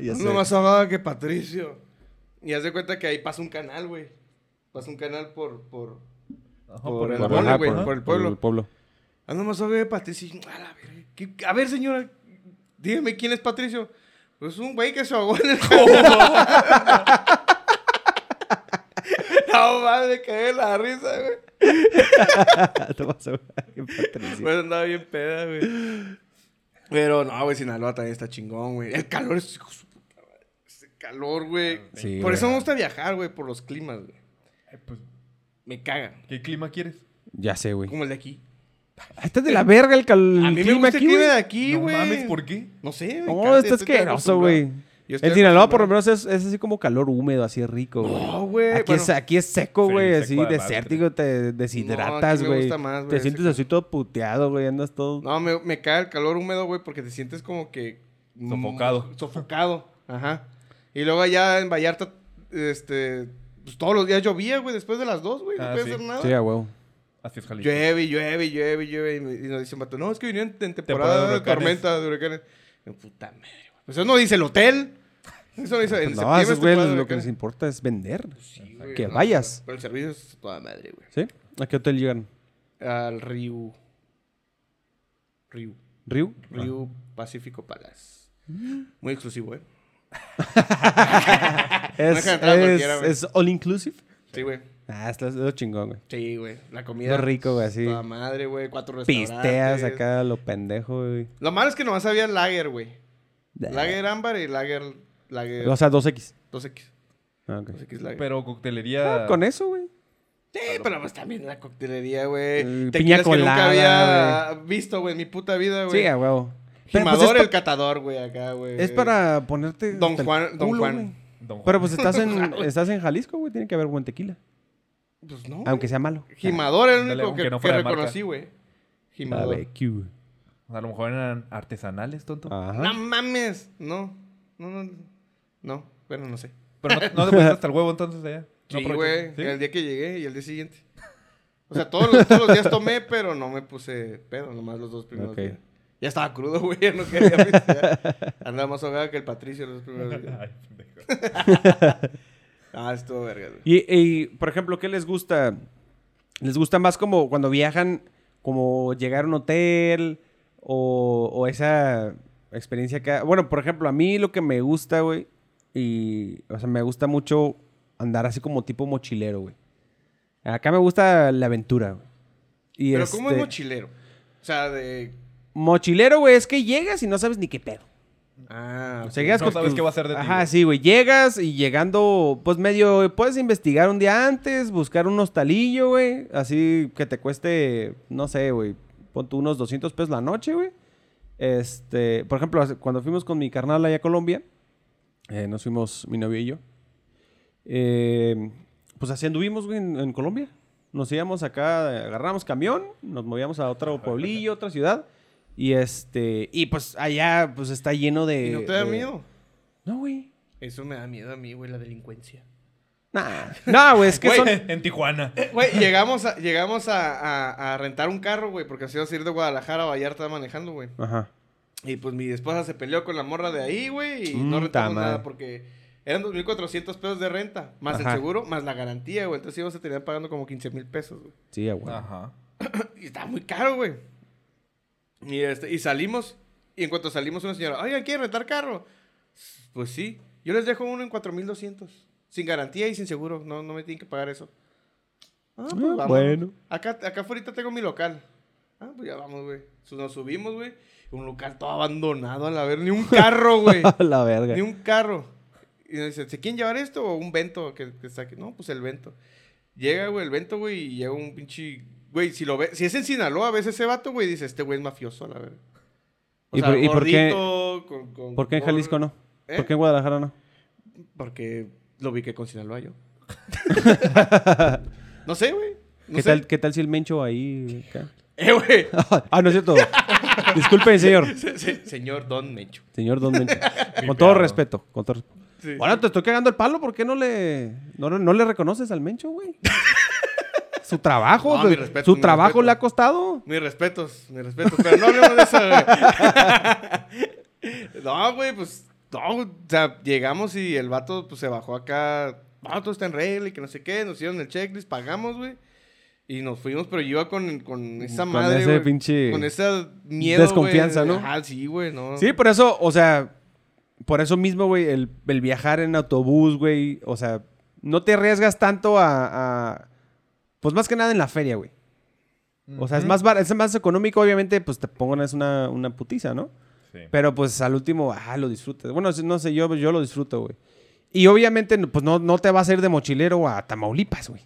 Ya sé.
no más ahogada que Patricio. Y haz de cuenta que ahí pasa un canal, güey. Pasa un canal por... por...
Ajá,
Por
por el
el
amor.
mole, güey, por el pueblo.
Por el pueblo. [laughs]
Ando Ah, más ahogada que Patricio. Y yo, "A la verga, ¿qué- A ver, señora, dígame quién es Patricio. Pues un güey que se ahogó en el [laughs] No mames, me caí de la risa, güey.
Ah, Te vas a ver,
[laughs]
qué patricio.
Pues andaba bien peda, güey. Pero no, güey, Sinaloa también está chingón, güey. El calor es. hijo de su puta madre. Ese calor, güey.
Sí,
por
güey.
eso me gusta viajar, güey, por los climas, güey.
Ay, pues,
Me cagan.
¿Qué clima quieres?
Ya sé,
[laughs]
güey.
Como el de aquí.
Ah, Estás de la verga el calor.
A mí me gusta el clima de aquí,
no
güey.
mames, ¿por qué?
No sé, güey.
No,
Cali,
está
estoy tan
asqueroso, güey.
acostumbrado. Yo estoy
En Sinaloa, por lo
acostumbrado.
menos, es, es así como calor húmedo, así rico, güey.
No, güey,
Aquí, es,
bueno.
aquí es seco,
Sí,
güey,
seco
así
de madre.
desértico, te deshidratas,
me
güey.
gusta más, güey,
te sientes
seco.
así todo puteado, güey, andas todo.
No, me, me cae el calor húmedo, güey, porque te sientes como que. mm,
Sofocado.
Sofocado, ajá. Y luego allá en Vallarta, este. Pues todos los días llovía, güey, después de las dos, güey.
Ah,
no podía
sí.
hacer nada.
Sí, a huevo.
Así es Jalisco.
Llueve, llueve, llueve, llueve. Y, me- y nos dicen, vato, no, es que vinieron en
Temporada
temporada,
de
de,
huracanes.
tormenta, de huracanes. Yo, puta madre, güey. Pues eso no dice el hotel. Eso no dice. En
no, a esos
septiembre es
güeyes lo
temporada de
que les
huracanes.
importa es vender.
Sí, güey,
que
no,
vayas.
Pero el servicio es toda madre, güey.
¿Sí? ¿A qué hotel llegan?
Al Río. Río.
¿Río?
Río Pacífico Palace.
Mm.
Muy exclusivo, ¿eh?
Ah, Es,
dejan entrar a
es,
cualquiera, güey.
es all inclusive.
Sí, güey.
Ah, es lo, es lo chingón, güey.
Sí, güey. La comida.
Lo rico, güey, así.
Toda madre, güey. Cuatro restaurantes.
Pisteas acá, lo pendejo, güey.
Lo malo es que nomás había lager, güey. Lager ámbar y lager. Lager
O sea, 2X.
2X.
Ah, ok.
2X lager.
Pero coctelería.
Ah, con eso, güey.
Sí, pero pues también la coctelería, güey.
Eh,
Tequilas
piña
que nunca
colada,
había visto, güey, en mi puta vida, güey.
Sí, a huevo. Pero, pues,
Gimador,
es pa-
el catador, güey, acá, güey.
Es para ponerte.
Don
hasta el
Juan- Don Juan.
güey.
Don Juan.
Pero pues estás
[laughs]
en, estás en Jalisco, güey. Tiene que haber buen tequila.
Pues no.
Aunque sea malo.
Gimador era el
Ándale,
único
aunque
que,
no
que
fuera de marca.
reconocí, güey.
A
Gimador.
ver, Q. pues,
A lo mejor eran artesanales, tonto.
No
Ajá.
mames. No. No, no. No. Bueno, no sé.
Pero no, no te
[laughs]
pusiste hasta el huevo entonces allá. No
Sí, güey.
aprovechaste.
El
[laughs]
día que llegué y el día siguiente. O sea, todos los, todos los días tomé, pero no me puse pedo, nomás los dos primeros
Ok.
días. Ya estaba crudo, güey, ya no
[laughs]
quería pistear. Andaba más ahogada que el Patricio los primeros días.
Ay, pendejo.
Ah, estuvo verga, güey.
Y, y, por ejemplo, ¿qué les gusta? ¿Les gusta más como cuando viajan, como llegar a un hotel o, o esa experiencia acá? Bueno, por ejemplo, a mí lo que me gusta, güey, y, o sea, me gusta mucho andar así como tipo mochilero, güey. Acá me gusta la aventura, güey. Y
Pero ¿cómo es
este,
mochilero? O sea, de...
mochilero, güey, es que llegas y no sabes ni qué pedo.
Ah,
O sea, llegas
No
con
sabes
tus-
qué va a ser de ti,
Ajá,
güey.
sí, güey. Llegas y llegando, pues medio, puedes investigar un día antes, buscar un hostalillo, güey. Así que te cueste, no sé, güey, pon tú unos 200 pesos la noche, güey. Este, por ejemplo, hace- cuando fuimos con mi carnal allá a Colombia, eh, nos fuimos mi novio y yo. Eh, pues así anduvimos, güey, en, en Colombia. Nos íbamos acá, agarramos camión, nos movíamos a otro pueblillo, otra ciudad. Y este, y pues allá, pues está lleno de.
¿Y no te da
de-
miedo?
[laughs] No, güey.
Eso me da miedo a mí, güey, la delincuencia.
Nah. No, güey, es que
Güey,
son.
[laughs] en Tijuana.
Güey, llegamos, a, llegamos a, a- a rentar un carro, güey, porque así iba a ir de Guadalajara a Vallarta manejando, güey.
Ajá.
Y pues mi esposa se peleó con la morra de ahí, güey, y
Mm,
no rentamos
ta madre.
nada porque eran 2.400 pesos de renta, más
Ajá.
el seguro, más la garantía, güey. Entonces íbamos a terminar pagando como 15 mil pesos, güey.
Sí, ah, güey.
Ajá.
Y está muy caro, güey. Y, este, y salimos, y en cuanto salimos una señora, oigan, ¿quieren rentar carro? Pues sí, yo les dejo uno en 4.200, sin garantía y sin seguro, no, no me tienen que pagar eso. Ah, pues
Ah,
vámonos.
bueno.
Acá, acá afuera tengo mi local. Ah, pues ya vamos, güey. Su- Nos subimos, güey. Un local todo abandonado a la ver, ni un
[laughs]
carro, güey.
la verga.
Ni un carro. Y nos dice, ¿se quieren llevar esto o un vento que, que está aquí? No, pues el vento. Llega, güey, el vento, güey, y llega un pinche... Güey, si lo ve, si es en Sinaloa, a veces ese vato, güey, dice, este güey es mafioso, la verdad. O
¿Y
sea,
por- y por qué-
gordito, con- con
¿Por qué en
gorro.
Jalisco no?
¿Eh?
¿Por qué en Guadalajara no?
Porque lo vi que con
[laughs]
Sinaloa yo. no sé, güey. No
¿Qué,
sé. [laughs]
tal, ¿Qué tal si el mencho ahí? acá? [laughs]
Eh, güey. [laughs]
ah, no es cierto. Disculpen, señor.
Se- se- señor Don Mencho.
Señor Don Mencho.
Vipeado.
con todo respeto. Con todo respeto.
Sí.
Bueno, te estoy cagando el palo. ¿Por qué no le, no, le- no le reconoces al mencho, güey? Su trabajo.
No,
su-
mi respeto,
su
mi
trabajo
respeto.
le ha costado.
Mis respetos, mis respetos, pero no hablemos de eso,
[laughs]
güey. no, güey, pues, no, o sea, llegamos y el vato, pues, se bajó acá, no, todo está en regla y que no sé qué, nos hicieron el checklist, pagamos, güey, y nos fuimos, pero yo iba con, con esa
Con
madre,
ese
güey,
pinche
con esa miedo,
desconfianza,
güey.
¿no?
Ah, sí, güey, no.
Sí, por eso, o sea, por eso mismo, güey, el, el viajar en autobús, güey, o sea, no te arriesgas tanto a, a- pues más que nada en la feria, güey. O sea, es más bar- es más económico, obviamente, pues te pongan es una, una putiza, ¿no?
Sí.
Pero pues al último, ah, lo disfrutas. Bueno, no sé, yo, yo lo disfruto, güey. Y obviamente, no- pues no, no te vas a ir de mochilero a Tamaulipas, güey.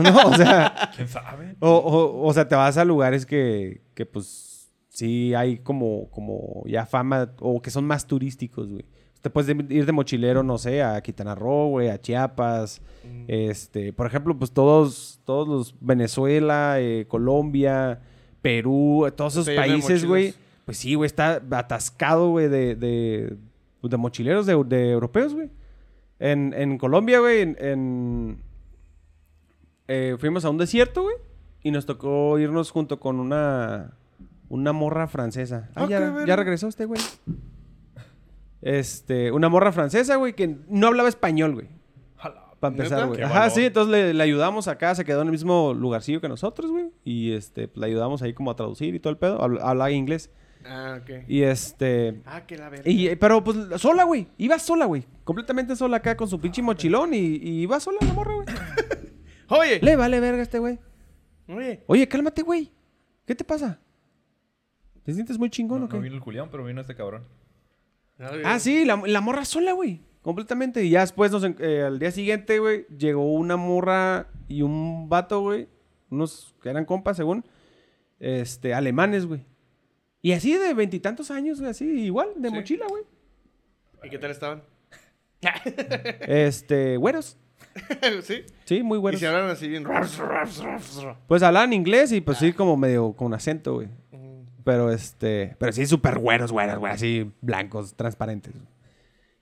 No, o sea,
¿Quién sabe?
o, o- o sea, te vas a lugares que, que pues sí hay como, como ya fama o que son más turísticos, güey. Te puedes de- ir de mochilero, no sé, a Quintana Roo, güey, a Chiapas.
Mm.
Este, por ejemplo, pues todos, todos los Venezuela, eh, Colombia, Perú, eh, todos esos
Está lleno de
países, güey.
mochilas.
Pues sí, güey, está atascado, güey, de, de, pues, de mochileros, de, de europeos, güey. En, en Colombia, güey, en, en- eh, fuimos a un desierto, güey, y nos tocó irnos junto con una, una morra francesa. Ah,
Ah, qué
ya,
verga.
ya regresó este, güey. Este, una morra francesa, güey, que no hablaba español, güey.
Jala.
Para empezar,
¿Neta?
güey.
Qué
Ajá,
valor.
sí, entonces le, le ayudamos acá, se quedó en el mismo lugarcillo que nosotros, güey. Y este, pues, le ayudamos ahí como a traducir y todo el pedo. Habl- Hablaba inglés.
Ah, ok.
Y este.
Ah, que la verga.
Y, eh, pero pues sola, güey. Iba sola, güey. Completamente sola acá con su pinche mochilón y, y iba sola la morra, güey.
Oye,
Le vale verga a este güey.
oye,
Oye, cálmate, güey. ¿Qué te pasa? ¿Te sientes muy chingón
No,
o qué?
no vino el Julián, pero vino este cabrón.
Ah, sí, la, la morra sola, güey. Completamente. Y ya después, nos en- eh, al día siguiente, güey, llegó una morra y un vato, güey. Unos que eran compas, según. Este, alemanes, güey. Y así de veintitantos años, güey, así, igual, de
Sí.
mochila, güey.
¿Y qué tal estaban? [laughs]
Este, güeros.
¿Sí?
Sí, muy
Y
güeros.
se hablaron así
[laughs]
bien. Mm.
Pues hablaban inglés y pues
Ah.
sí, como medio con acento, güey. Pero este, pero sí, súper güeros, güeros, güey, así, blancos, transparentes.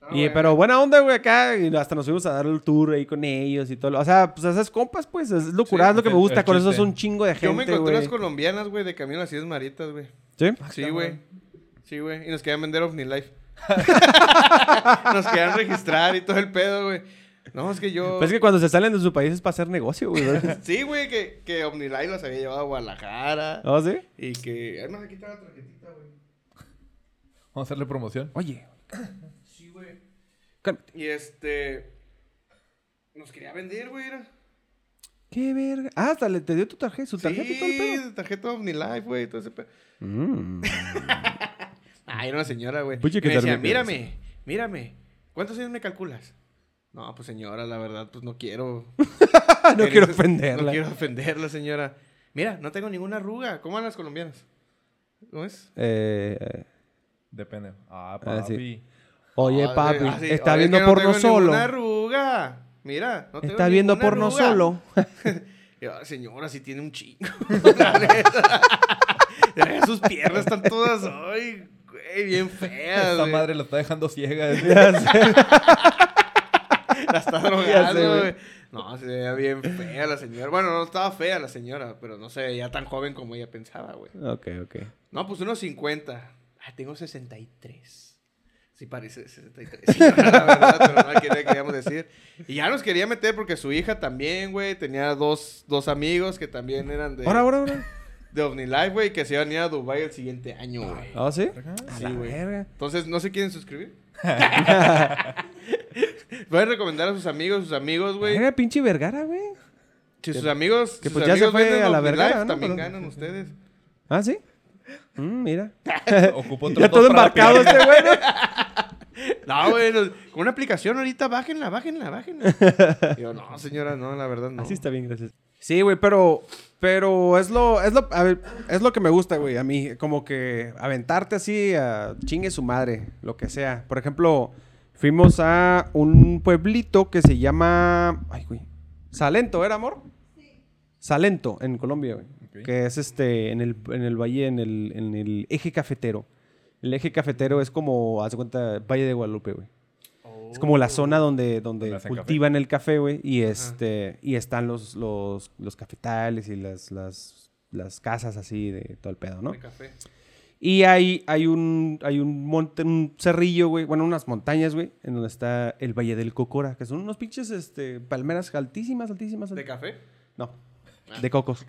Ah,
Y,
bueno.
pero buena onda, güey, acá. Y hasta nos fuimos a dar el tour ahí con ellos y todo. lo- O sea, pues esas compas, pues, es locura,
Sí,
es lo que
el-
me gusta.
el
Con eso es
chiste.
un chingo de gente,
Yo me encontré
güey. Ah,
unas colombianas, güey, de camino así desmaritas, güey.
¿Sí?
Sí, güey. Sí, güey.
[laughs]
Y nos querían vender OVNI Life. nos querían registrar y todo el pedo, güey. No, es que yo.
Pero Pues es que cuando se salen de su país es para hacer negocio, güey. [laughs] ¿verdad?
Sí, güey, que, que Omnilife los había llevado a Guadalajara.
¿No sí?
Y que. Además, aquí está la tarjetita, güey.
Vamos a hacerle promoción.
Oye,
Sí, güey.
cálmate.
Y este. Nos quería vender, güey, era.
qué verga. Ah, hasta le te dio tu tarjeta, su tarjeta y todo el pedo.
Sí, tarjeta OmniLife, güey, todo ese pedo.
[laughs] Mm.
Ah, era una señora, güey.
Pucha, que
me decía,
tarjeta
mírame, mírame. ¿Cuántos años me calculas? No, pues señora, la verdad, pues no quiero.
[laughs] no
Tener
quiero
esas- No
ofenderla.
quiero ofenderla, señora. Mira, no tengo ninguna arruga. ¿Cómo van las colombianas? ¿Cómo es?
Eh, eh,
Depende. Ah,
Ah,
papi.
sí. oye,
Ah,
papi,
ah, sí.
está
Oye, es que
viendo
no
porno
tengo
solo.
Ninguna arruga. Mira, no tengo
Está viendo
ninguna
porno
arruga.
solo.
Y, ah, señora, sí tiene un chingo. [laughs] La neta. [laughs] Ya, Sus piernas están todas, ay, güey, bien feas.
Esta
güey.
madre la está dejando
[laughs]
ciega.
La está
Ya sé,
drogando,
güey.
güey. No, se veía bien fea la señora. Bueno, no estaba fea la señora, pero no se veía tan joven como ella pensaba, güey.
Ok, ok.
No, pues unos 50. Ah, tengo 63. Sí, parece de 63. señora, [laughs] la verdad, pero no era que le queríamos decir. Y ya nos quería meter porque su hija también, güey, tenía dos, dos amigos que también eran de,
Ahora, ahora, ahora.
de OmniLife, güey, que se iban a ir a Dubai el siguiente año, güey.
¿Ah, sí?
Sí,
A la
güey.
verga.
Entonces, ¿no se quieren
[laughs]
suscribir? [laughs] Voy a recomendar a sus amigos, sus amigos, güey.
Verga, pinche Vergara, güey.
Si sus amigos,
que
sus
pues ya se
amigos
fue
venden
a la
Omnilife,
vergara, ¿no?
también
Pero- [laughs]
ganan ustedes.
¿Ah, sí? Mm, mira.
[laughs] Ocupo otros
Ya
dos
todo
para
embarcado
pegarle.
este güey. ¿no?
No, güey, no, con una aplicación ahorita, bájenla,
[laughs]
bájenla, bájenla. Y Yo, no, señora, no, la verdad no.
Así está bien, gracias. Sí, güey, pero pero es lo es lo a ver, es lo que me gusta, güey, a mí como que aventarte así a chingue su madre, lo que sea. Por ejemplo, fuimos a un pueblito que se llama, ay, güey. Salento, ¿era, amor? Salento en Colombia, güey,
Ok.
que es este en el en el valle en el en el eje cafetero. El eje cafetero es como, haz de cuenta, Valle de Guadalupe, güey. Es como la zona donde, donde
Oh. Donde hacen café.
cultivan el café, güey. Y este. Y están los, los, los cafetales y las, las, las casas así de todo el pedo, ¿no?
De café.
Y hay, hay un. Hay un monte, un cerrillo, güey. Bueno, unas montañas, güey. En donde está el Valle del Cocora. Que son unos pinches este, palmeras altísimas, altísimas.
¿De
altísimas.
café?
no. De cocos.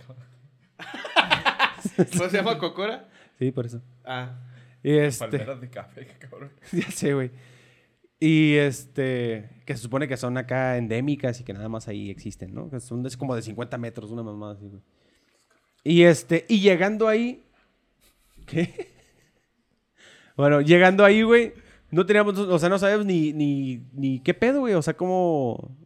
¿Cómo
[laughs]
se llama Cocora?
Sí, por eso.
Ah,
Y este.
Palmeras de café, qué cabrón.
[laughs] Ya sé, güey. Y este, que se supone que son acá endémicas y que nada más ahí existen, ¿no? Que son de- como de 50 metros, una mamada así, güey. Y este, y llegando ahí. ¿Qué? [laughs] Bueno, llegando ahí, güey, no teníamos, o sea, no sabíamos ni, ni, ni qué pedo, güey. O sea, cómo.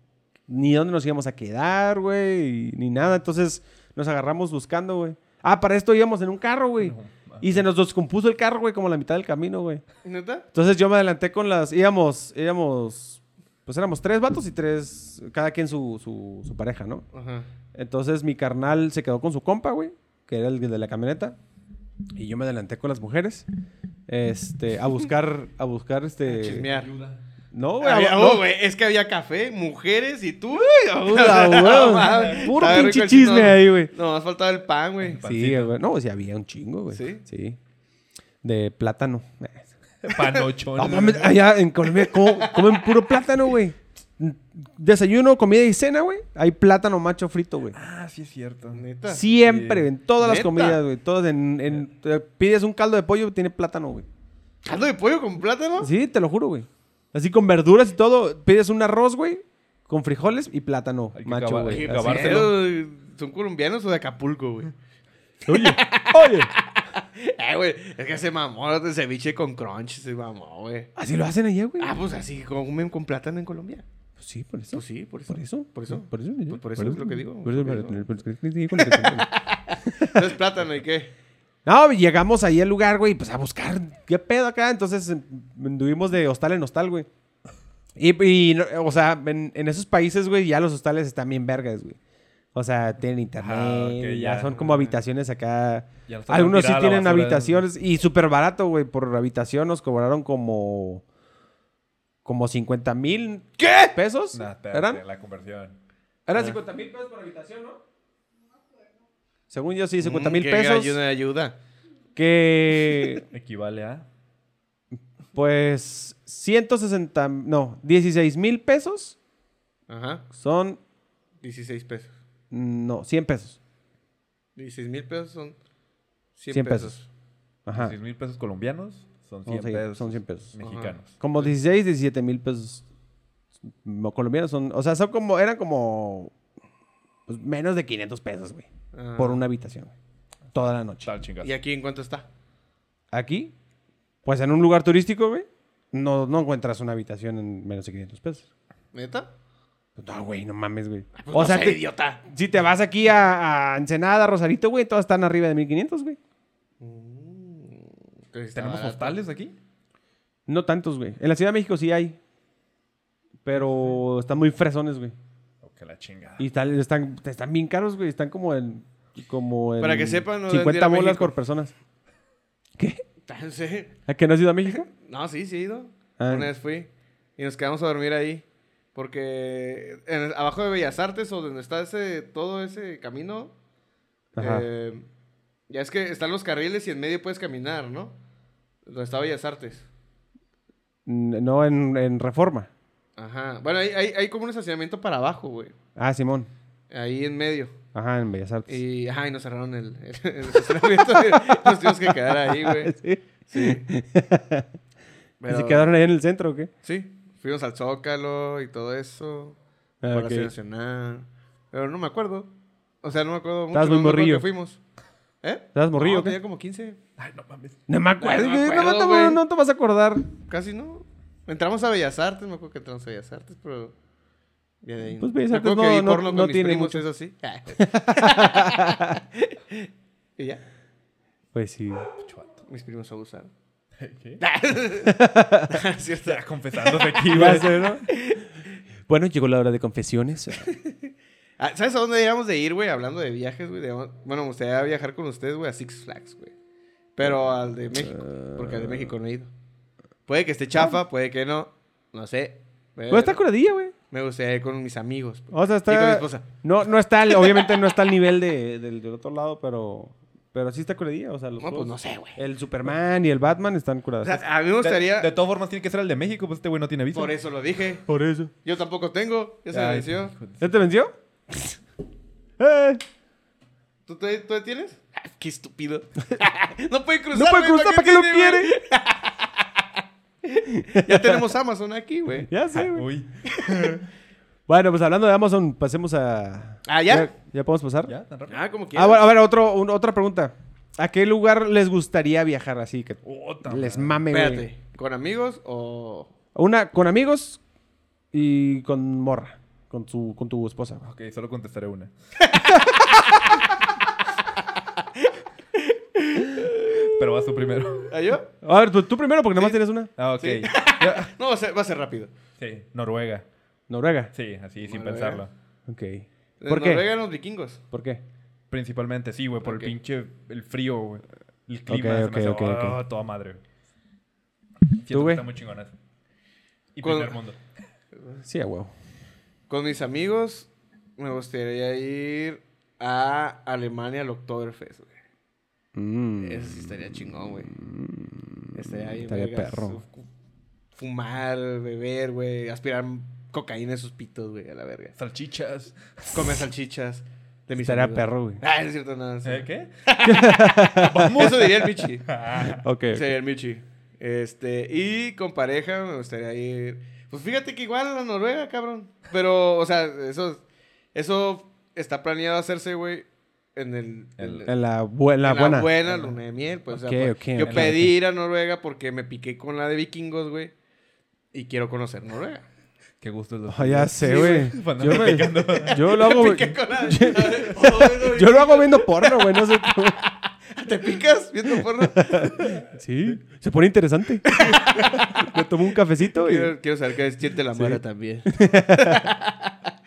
Ni dónde nos íbamos a quedar, güey, y- ni nada. Entonces nos agarramos buscando, güey. Ah, para esto íbamos en un carro, güey. y se nos descompuso el carro, güey, como a la mitad del camino, güey.
¿neta?
Entonces yo me adelanté con las. Íbamos, íbamos. Pues éramos tres vatos y tres. Cada quien su, su, su pareja, ¿no?
Ajá.
Entonces mi carnal se quedó con su compa, güey, que era el de la camioneta. Y yo me adelanté con las mujeres. Este, a buscar, a buscar este.
Chismear.
No, güey. a-
Había-
no,
oh, güey, es que había café, mujeres y tú. [laughs]
puta, güey.
No mames.
Puro
Estaba rico
pinche
el chino.
chisme ahí, güey.
No, más faltaba el pan, güey.
Sí,
pancito.
güey. No, sí, había un chingo, güey.
¿Sí?
Sí. De plátano.
Panochón.
No
[laughs]
mames, allá en Colombia co- comen puro plátano, güey. Desayuno, comida y cena, güey. Hay plátano macho frito, güey.
Ah, sí es cierto.
Neta.
Siempre,
sí.
en todas las
¿Neta?
comidas, güey. Todas en, en- te pides un caldo de pollo, tiene plátano, güey.
¿Caldo de pollo con plátano?
Sí, te lo juro, güey. Así con verduras y todo, pides un arroz, güey, con frijoles y plátano
Hay que
macho,
acabar- hay
güey.
que
Así.
acabar.
Eh, ¿Son colombianos o de Acapulco, güey? [laughs]
Oye, oye.
Eh, güey, es que se mamó el ceviche con crunch, se mamó, güey.
Así lo hacen allá, güey.
Ah, pues así comen con plátano en Colombia.
Pues sí, por eso.
Pues sí, por eso.
Por eso,
Por eso.
por eso,
Pues por eso es lo que digo,
por eso,
por
por- por-
eso.
por- por- por- por-
Entonces, plátano y qué.
No, llegamos ahí al lugar, güey, pues a buscar qué pedo acá. Entonces em, anduvimos de hostal en hostal, güey. Y, y no- o sea, en, en esos países, güey, ya los hostales están bien vergas, güey. O sea, tienen internet,
Ah, ok,
y ya
ya.
son como habitaciones acá.
Ya no está tan
Algunos sí
tirada la
tienen
basura.
habitaciones y súper barato, güey. Por habitación nos cobraron como. como 50 mil
¿Qué?
pesos.
Nah, espérate, Ah.
¿Eran?
La conversión.
Eran 50 mil pesos por habitación, ¿no? Según yo, sí, 50
Mm,
mil
qué
pesos.
gallo de ayuda.
[laughs]
Que
Equivale a.
Pues 160, no, 16 mil pesos
Ajá.
Son,
16 pesos.
no, 100 pesos.
16 mil pesos son 100,
100 pesos.
pesos.
Ajá.
16 mil pesos colombianos son
Son
100
seis-
pesos
son 100 pesos.
mexicanos.
Como 16, 17 mil pesos mo- colombianos son, o sea, son como, eran como pues, menos de 500 pesos, güey,
Ah.
por una habitación, güey, toda la noche.
Tal chingazo.
¿Y aquí en cuánto está?
Aquí, pues en un lugar turístico, güey, no, no encuentras una habitación en menos de 500 pesos.
¿Neta?
Pues, No, güey, no mames, güey.
Pues
o
no
sea,
sé,
te-
idiota.
si te vas aquí a, a Ensenada, Rosarito, güey, todas están arriba de 1500, güey. Mm.
Entonces está
¿Tenemos
barato.
hostales aquí?
No tantos, güey. En la Ciudad de México sí hay. Pero están muy fresones, güey.
O que la chingada.
Y están, están, están bien caros, güey. Están como en. Como en
Para que sepan, no deben de ir
50
a
bolas
México.
por personas. ¿Qué?
Ah, sí.
¿A que no has ido a
[laughs]
México?
[laughs] No, sí, sí he ido.
Ah.
Una vez fui y nos quedamos a dormir ahí. Porque en- abajo de Bellas Artes o donde está ese, todo ese camino,
Ajá.
eh, ya es que están los carriles y en medio puedes caminar, ¿no? Donde está Bellas Artes.
N- No, en, en Reforma.
Ajá. Bueno, hay, hay, hay como un estacionamiento para abajo, güey.
Ah, Simón.
Ahí en medio.
Ajá, en Bellas Artes.
Y, ajá, y nos cerraron el, el, el estacionamiento. y nos tuvimos que quedar
[laughs]
ahí, güey.
[laughs] Sí.
Sí.
¿Y se
Pero-
quedaron ahí en el centro o qué?
Sí, fuimos al Zócalo y todo eso.
Ah,
Palacio
ok.
Nacional. Pero no me acuerdo. O sea, no me acuerdo mucho.
Estabas muy
no me acuerdo
morrillo.
que fuimos. ¿Eh?
¿Estabas morrillo
No,
o qué?
tenía como 15.
Ay, no mames.
No me
acuerdo,
acuerdo, güey. No,
güey.
me- no me- no te vas a acordar.
Casi no. Entramos a Bellas Artes. Me acuerdo que entramos a Bellas Artes, pero... Ya de ahí.
Pues Bellas
Me acuerdo
Artes
que
no-
vi
no-
porno con
no
mis
tiene
primos,
mucho.
Eso sí. [laughs] y ya.
Pues [laughs] sí.
Chuato.
Mis primos abusaron. [laughs]
¿Qué?
Es cierto.
Está confesándose
[laughs]
aquí,
Ya
güey.
sé, ¿no? [laughs] Bueno, llegó la hora de confesiones.
Ah, ¿Sabes a dónde deberíamos de ir, güey? Hablando de viajes, güey. deberíamos- Bueno, me gustaría viajar con ustedes, güey, a Six Flags, güey. Pero al de México. Porque al
Ah.
de México no he ido. Puede que esté chafa, puede que no. No sé.
Pues está
pero
curadilla, güey.
Me gustaría ir con mis amigos. pues.
O sea, está.
Y con mi esposa.
No, no está, al- obviamente no está al nivel de, del, del otro lado, pero. Pero sí está curadilla. O sea, los
No, pues
juegos-
no sé, güey.
El Superman y el Batman están
O
curados.
sea, a mí me
De,
gustaría.
de todas formas, tiene que ser el de México, pues este güey no tiene visa.
Por eso lo dije.
Por eso.
Yo tampoco tengo. Ya se me
Ay,
venció.
hijo de-
¿Ya te
[laughs]
venció? ¡Eh!
¿Tú, te- tú, tienes? Ah, qué estúpido. [laughs] no puede cruzar.
No puede
güey,
cruzar, ¿para qué lo
tiene, güey?
quiere?
Ya tenemos Amazon aquí, güey.
Ya sé, güey.
Uy,
Bueno, pues hablando de Amazon, pasemos a.
Ah, ¿ya?
¿Ya, podemos pasar?
ya, tan rápido.
Ah, como
Ah,
quieras.
bueno, a ver, otro, un- otra pregunta. ¿A qué lugar les gustaría viajar así? Que
Puta
les
madre.
mame, güey.
Espérate. ¿Con amigos o.?
Una con amigos y con morra. Con, su, con tu esposa. güey.
Ok, solo
[laughs]
contestaré una. Pero vas tú primero.
¿A yo?
A ver, tú, tú primero, porque nomás tienes una.
Ah, ok.
Sí.
Ya-
No, va a ser, va a ser rápido.
[laughs] Sí, Noruega.
Noruega.
Sí, así, sin
Noruega.
pensarlo.
Ok.
En
¿Por qué?
Noruega eran los vikingos.
¿Por qué?
Principalmente, sí, güey, por
Ok.
el pinche, el frío, güey. El clima,
Ok,
se
ok,
me hace,
ok, ok.
oh, toda madre. güey. Siento que
güey?
está muy chingonazo. Y
Cuando-
primer mundo.
Sí, a huevo.
Con mis amigos me gustaría ir a Alemania al Oktoberfest, güey.
Mm.
Eso sí estaría chingón, güey. Estaría ahí,
Estaría perro.
Fumar, beber, güey. Aspirar cocaína en sus pitos, güey, a la verga.
Salchichas.
Comer salchichas de mis
Estaría
amigos.
perro,
[laughs]
güey.
Ah, no es cierto, nada. sí.
¿Eh,
[laughs]
¿Qué?
Eso diría el Michi.
Ok. ok.
Sería el Michi. Este, y con pareja me gustaría ir. Pues fíjate que igual a la Noruega, cabrón. Pero, o sea, eso, eso está planeado hacerse, güey, en el.
El-
en-
En la, bu- en la
en
buena.
luna de miel. Pues, o sea,
Ok,
pues,
ok,
yo
ok,
pedí
ok.
ir a Noruega porque me piqué con la de vikingos, güey. Y quiero conocer Noruega.
Qué gusto es los
Ah, ya sé, güey.
[laughs]
Sí, güey.
Yo, me- [laughs] [laughs] yo lo hago.
Me
güey.
piqué con
[laughs]
la [laughs] Oh,
Yo lo hago viendo porno, güey. No sé tú.
¿Te picas viendo porno?
[laughs] Sí. Se pone interesante. [laughs] Me tomo un cafecito y.
quiero, quiero saber qué siente la
Sí.
mara también. [laughs]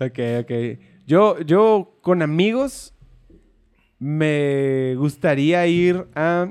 Ok, ok. Yo, yo con amigos me gustaría ir a...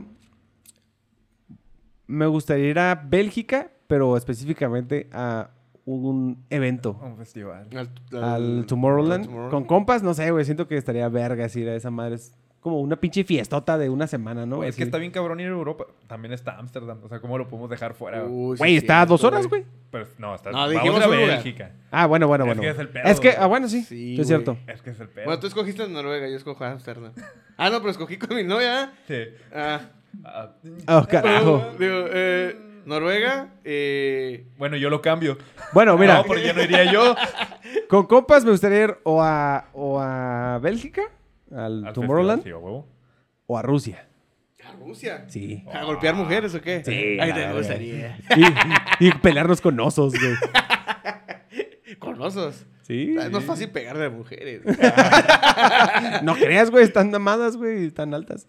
Me gustaría ir a Bélgica, pero específicamente a un evento.
Un festival.
Al,
Al Tomorrowland.
Tomorrowland.
Con compas, no sé, güey. Siento que estaría vergas ir a esa madre. Es como una pinche fiestota de una semana, ¿no?
Güey, es que
Así.
está bien cabrón ir a Europa. También está Ámsterdam. O sea, ¿cómo lo podemos dejar fuera? güey?
Uy, sí
Güey,
es
está a dos
cierto,
horas, güey.
Pero, no, está
Uh. No,
vamos
dijimos
a
un lugar.
Bélgica.
Ah, bueno, bueno,
Es
bueno.
que es el
bueno.
pedo,
Es que,
güey.
ah, bueno, sí.
Sí,
sí es
güey.
cierto.
Es que es el pedo.
Bueno, tú escogiste Noruega, yo escojo Ámsterdam. Ah, no, pero escogí con mi novia.
Sí.
Ah,
Ah,
Oh, carajo.
digo, eh, Noruega, eh,
bueno, yo lo cambio.
Bueno, mira.
No, porque ya no
[laughs]
iría yo.
Con compas me gustaría ir o a, o a Bélgica, al,
Al
Tomorrowland,
festival, sí, a huevo.
o a Rusia.
a Rusia.
Sí.
¿A golpear mujeres o qué?
Ah. Sí,
Ay,
la
te
verga.
gustaría.
Y, y pelearnos con osos, güey.
Con osos.
Sí.
Ah, [laughs] No es fácil pegarle
[laughs]
a mujeres.
No creas, güey, están amadas, güey, están altas.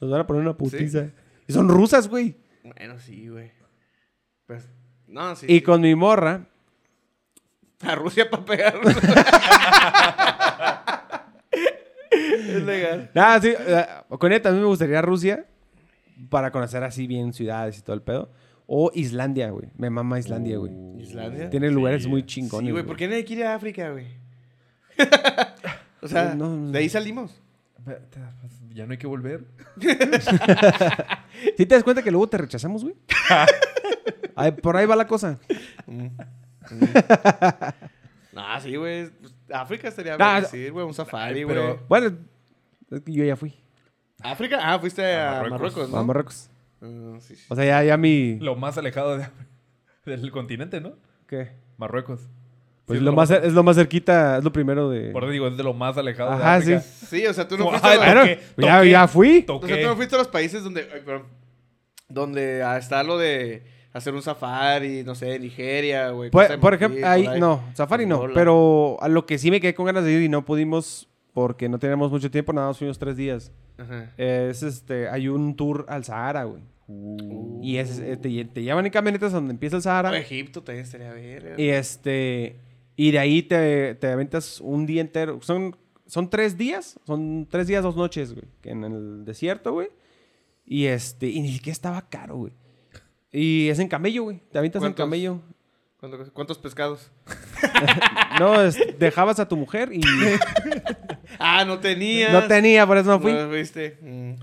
Nos van a poner una putiza. Y son rusas, güey.
bueno, sí, güey. Pues, no, sí.
Y
sí.
con mi morra.
A Rusia
[laughs]
para pegar. es legal.
Nada, sí, eh, con ella también me gustaría ir a Rusia para conocer así bien ciudades y todo el pedo. O Islandia, güey. Me mama Islandia, güey.
Uh,
¿Islandia?
Tiene lugares
sí.
muy
Sí,
chingones.
güey, ¿por qué nadie quiere ir a
[laughs]
África, güey? o sea,
No, no,
de ahí salimos.
Ya no hay que volver.
¿Sí te das cuenta que luego te rechazamos,
[laughs]
güey? Ay, por ahí va la cosa.
No, sí, güey. pues, África estaría
Ah,
bien, sí, güey, un safari, güey.
pero-
Bueno, es que yo ya fui
África, ah, fuiste
A
a,
Marruecos.
Marruecos,
a
¿no?
Marruecos.
Ah, sí, sí.
O sea, ya, ya mi...
Lo más alejado de- [laughs] del continente, ¿no?
¿Qué?
Marruecos.
Pues
Sí,
lo más, cer- es lo más cerquita, es lo primero de...
Por eso digo, es de lo más alejado de
Ajá,
África.
sí.
Sí, o sea,
[laughs]
tú no
Como,
fuiste
ah,
a los-
Bueno,
Toqué,
ya,
toqué.
ya fui.
O sea,
Toqué.
tú no fuiste a los países donde. ay, perdón, donde ah, está lo de hacer un safari, no sé, Nigeria, güey.
Por,
Costa de
Pues, por
Marfil,
ejemplo,
por
ahí, no, Safari no,
Angola.
pero a lo que sí me quedé con ganas de ir y no pudimos porque no teníamos mucho tiempo, nada más fuimos tres días.
Ajá.
Es este, hay un tour al Sahara, güey.
Uh,
Y es, eh, te, lle- te llevan en camionetas a donde empieza el Sahara.
O Egipto también estaría bien.
Y este. Y de ahí te, te aventas un día entero. Son, son tres días. Son tres días, dos noches, güey. que En el desierto, güey. Y este. Y ni siquiera estaba caro, güey. Y es en camello, güey. Te aventas en
¿Cuántos?
camello.
¿Cuántos, cuántos pescados?
No, es- dejabas a tu mujer
[laughs]
y
Ah, no tenía.
no tenía, por eso no fui.
No fuiste. Mm.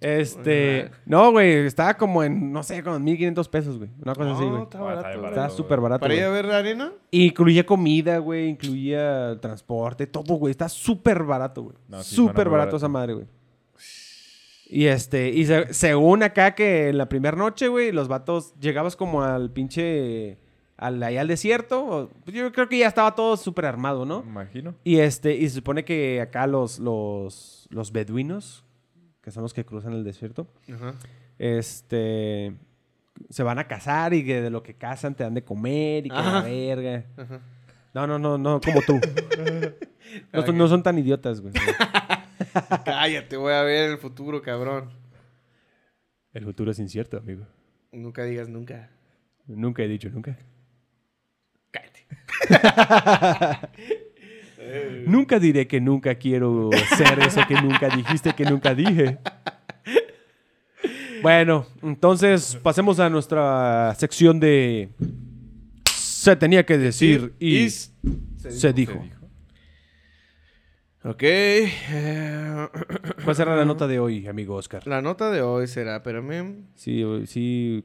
Este. No, güey. Estaba como en, no sé, como en 1500 pesos, güey. Una cosa
No,
así, güey.
está
Ah, está
barato.
bien
Estaba súper barato.
¿Para ir
güey.
a ver la arena?
Incluía comida, güey, incluía transporte, todo, güey. Está súper barato, güey.
No, sí, suena
súper barato
muy barato.
esa madre, güey. Y este, y se- según acá que en la primera noche, güey, los vatos llegabas como al pinche. Al, allá al desierto. o- pues yo creo que ya estaba todo súper armado, ¿no?
Imagino.
Y este, y se supone que acá los, los, los beduinos, que son los que cruzan el desierto,
Ajá.
este. Se van a cazar y que de lo que cazan te dan de comer y que la
Ajá.
verga.
Ajá.
No, no, no, no, como tú. no, son- no son tan idiotas, güey.
Cállate, voy a ver el futuro, cabrón.
El futuro es incierto, amigo.
Nunca digas nunca.
Nunca he dicho nunca.
Cállate.
[laughs] Nunca diré que nunca quiero ser eso que nunca dijiste que nunca dije. Bueno, entonces pasemos a nuestra sección de se tenía que decir y,
Is-
se dijo.
Ok. eh, [clears throat]
¿Cuál será la nota de hoy, amigo Oscar?
La nota de hoy será, espérame.
Sí, hoy- sí,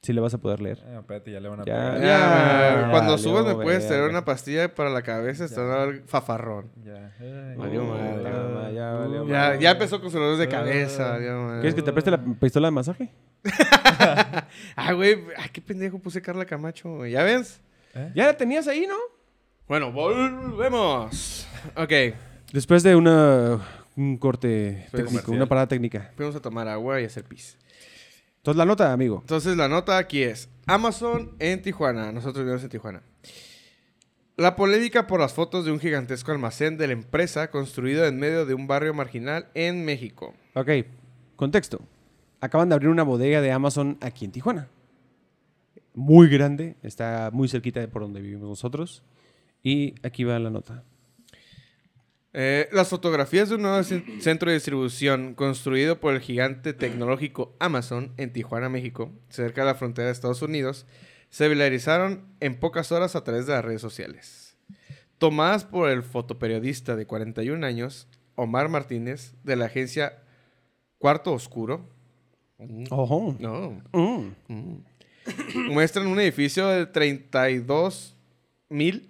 sí le vas a poder leer.
Ah, espérate, ya le van a
Ya.
pegar.
Ya,
Ya,
cuando
valió
subas me puedes traer
verga.
una pastilla para la cabeza, está el fafarrón.
Ya. Ay,
Valió
no,
madre.
ya, ya valió
Ya,
madre.
ya empezó con sus dolores de cabeza.
Ah.
ya, madre. [laughs]
¿Quieres que te preste la pistola de masaje?
Ah, güey, ay, qué pendejo puse Carla Camacho, güey. ¿Ya ves?
¿Eh?
Ya la tenías ahí, ¿no?
Bueno, volvemos. Ok,
Después de una, un corte
Fue
técnico,
comercial.
una parada técnica.
vamos a tomar agua y hacer pis.
Entonces la nota, amigo.
Entonces la nota aquí es Amazon en Tijuana. Nosotros vivimos en Tijuana. La polémica por las fotos de un gigantesco almacén de la empresa construido en medio de un barrio marginal en México.
Ok, contexto. Acaban de abrir una bodega de Amazon aquí en Tijuana. Muy grande, está muy cerquita de por donde vivimos nosotros. Y aquí va la nota.
Eh, las fotografías de un nuevo cen- centro de distribución construido por el gigante tecnológico Amazon en Tijuana, México, cerca de la frontera de Estados Unidos, se viralizaron en pocas horas a través de las redes sociales. Tomadas por el fotoperiodista de 41 años, Omar Martínez de la agencia Cuarto Oscuro.
Ojo.
No.
Mm.
Muestran un edificio de 32 mil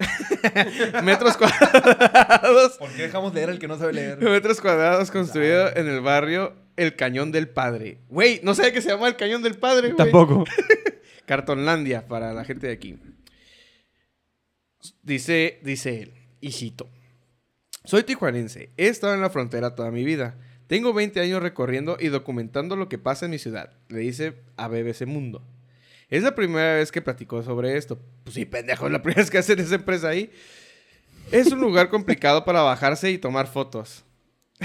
[laughs] metros cuadrados.
¿Por qué dejamos leer al que no sabe
[laughs]
leer?
Metros cuadrados construido en el barrio El Cañón del Padre. Güey, no sabía que se llama El Cañón del Padre, güey.
Tampoco.
Cartonlandia para la gente de aquí. Dice, dice él, hijito. Soy tijuanense, he estado en la frontera toda mi vida. Tengo 20 años recorriendo y documentando lo que pasa en mi ciudad, le dice a BBC Mundo. Es la primera vez que platicó sobre esto. Pues sí, pendejo, es la [laughs] primera vez que hacen esa empresa ahí. Es un lugar complicado para bajarse y tomar fotos. [laughs]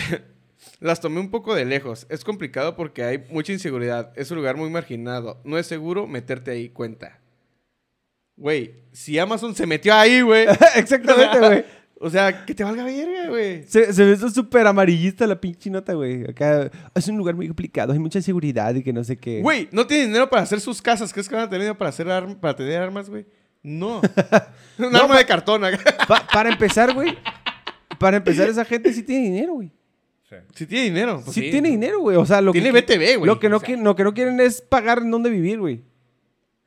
Las tomé un poco de lejos. Es complicado porque hay mucha inseguridad. Es un lugar muy marginado. No es seguro meterte ahí, cuenta. Güey, si Amazon se metió ahí, güey.
[laughs] Exactamente, güey.
O sea, que te valga verga, güey.
Se, se ve eso súper amarillista la pinche nota, güey. Acá es un lugar muy complicado, hay mucha seguridad y que no sé qué.
Güey, no tienen dinero para hacer sus casas. ¿Crees que van a tener dinero para, hacer arm- para tener armas, güey?
[laughs]
No. Un arma de cartón. acá. [laughs]
Pa- para empezar, güey. Para empezar, esa gente sí tiene dinero, güey.
Sí.
si tiene dinero. pues
sí, tiene dinero, güey. O sea, lo
Tiene
que,
BTV, güey.
Lo que no,
O sea.
qui- lo que no quieren es pagar en dónde vivir, güey.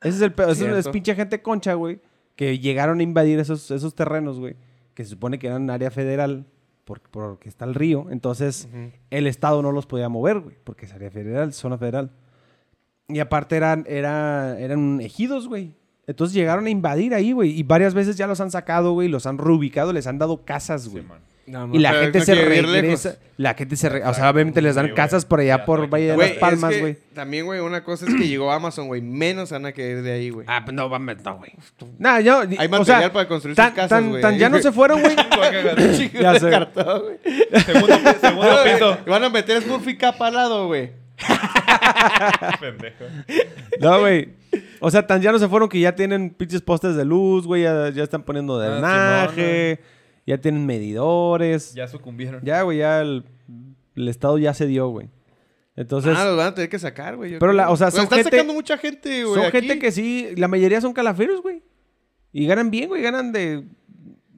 Ese es el pedo. Esa es
Cierto.
pinche gente concha, güey. Que llegaron a invadir esos, esos terrenos, güey. Que se supone que eran área federal. por- porque está el río. Entonces, el Estado no los podía mover, güey. Porque es área federal, zona federal. Y aparte eran, era, eran ejidos, güey. Entonces llegaron a invadir ahí, güey. Y varias veces ya los han sacado, güey. Los han reubicado, les han dado casas, güey.
man.
No,
y
man.
la
Pero
gente
no
se
quiere vivir
regresa.
lejos.
La gente se re- O sea,
Exacto,
obviamente les dan
sí, güey.
casas por allá
Ya,
por
tranquilo.
Valle de
Güey,
las
es
Palmas,
que
güey.
También, güey, una cosa es que [clears throat] llegó Amazon, güey. Menos van a querer de ahí, güey. [laughs]
Ah, pues no, mames, no, güey. No, yo.
Hay
o
material
sea,
para construir
tan,
sus casas,
tan-
güey.
tan ya no se fueron, güey. Ya sé.
Segundo, segundo piso.
Van a meter Smurfy capa al lado, güey.
Pendejo.
[laughs] No, güey. O sea, tan ya no se fueron que ya tienen pinches postes de luz, güey. Ya, ya están poniendo
Ah,
drenaje. ya tienen medidores.
Ya sucumbieron.
Ya, güey, ya el, el Estado ya se dio, güey. Entonces.
ah, los van a tener que sacar, güey. yo
Pero la-
creo.
o sea,
Pues
son
están
gente-
sacando mucha gente, güey.
Son
aquí.
gente que sí, la mayoría son calaferos, güey. Y ganan bien, güey. Ganan de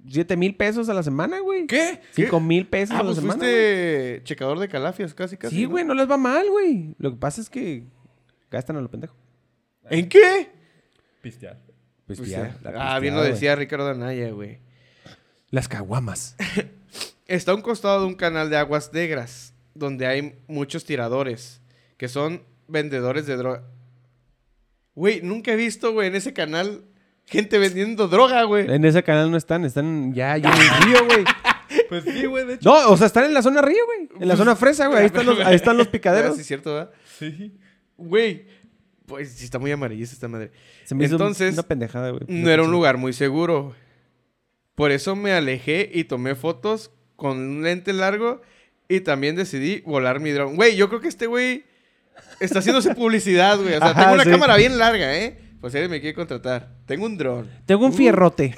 7 mil pesos a la semana, güey.
¿Qué?
5 mil pesos
Ah,
a la
pues
semana. güey.
fuiste checador de calafias, casi, casi.
Sí,
¿no?
güey, no les va mal, güey. Lo que pasa es que gastan a lo pendejo.
¿En qué?
Pistear.
Pues
Pues
ya,
ya.
la
ah, bien lo
pisteada,
decía Ricardo Anaya, güey.
güey. Las
[laughs]
caguamas.
Está a un costado de un canal de aguas negras, donde hay muchos tiradores, que son vendedores de droga. Güey, nunca he visto, güey, en ese canal gente vendiendo droga, güey.
en ese canal no están, están ya, ya en el río, güey.
Pues sí, güey, de hecho.
No, o sea, están en la zona río, güey. En la zona fresa, güey. Ahí están los, ahí están los picaderos.
Ah, sí, cierto, ¿verdad?
Sí.
Güey, pues sí está muy amarillista esta madre.
Se me hizo
Entonces,
una pendejada, güey.
No era un lugar muy seguro. Por eso me alejé y tomé fotos con un lente largo y también decidí volar mi dron. Güey, yo creo que este güey está haciéndose [laughs] publicidad, güey. O sea,
Ajá,
tengo una
sí.
cámara bien larga, ¿eh? Pues si alguien me quiere contratar. Tengo un dron.
Tengo un fierrote.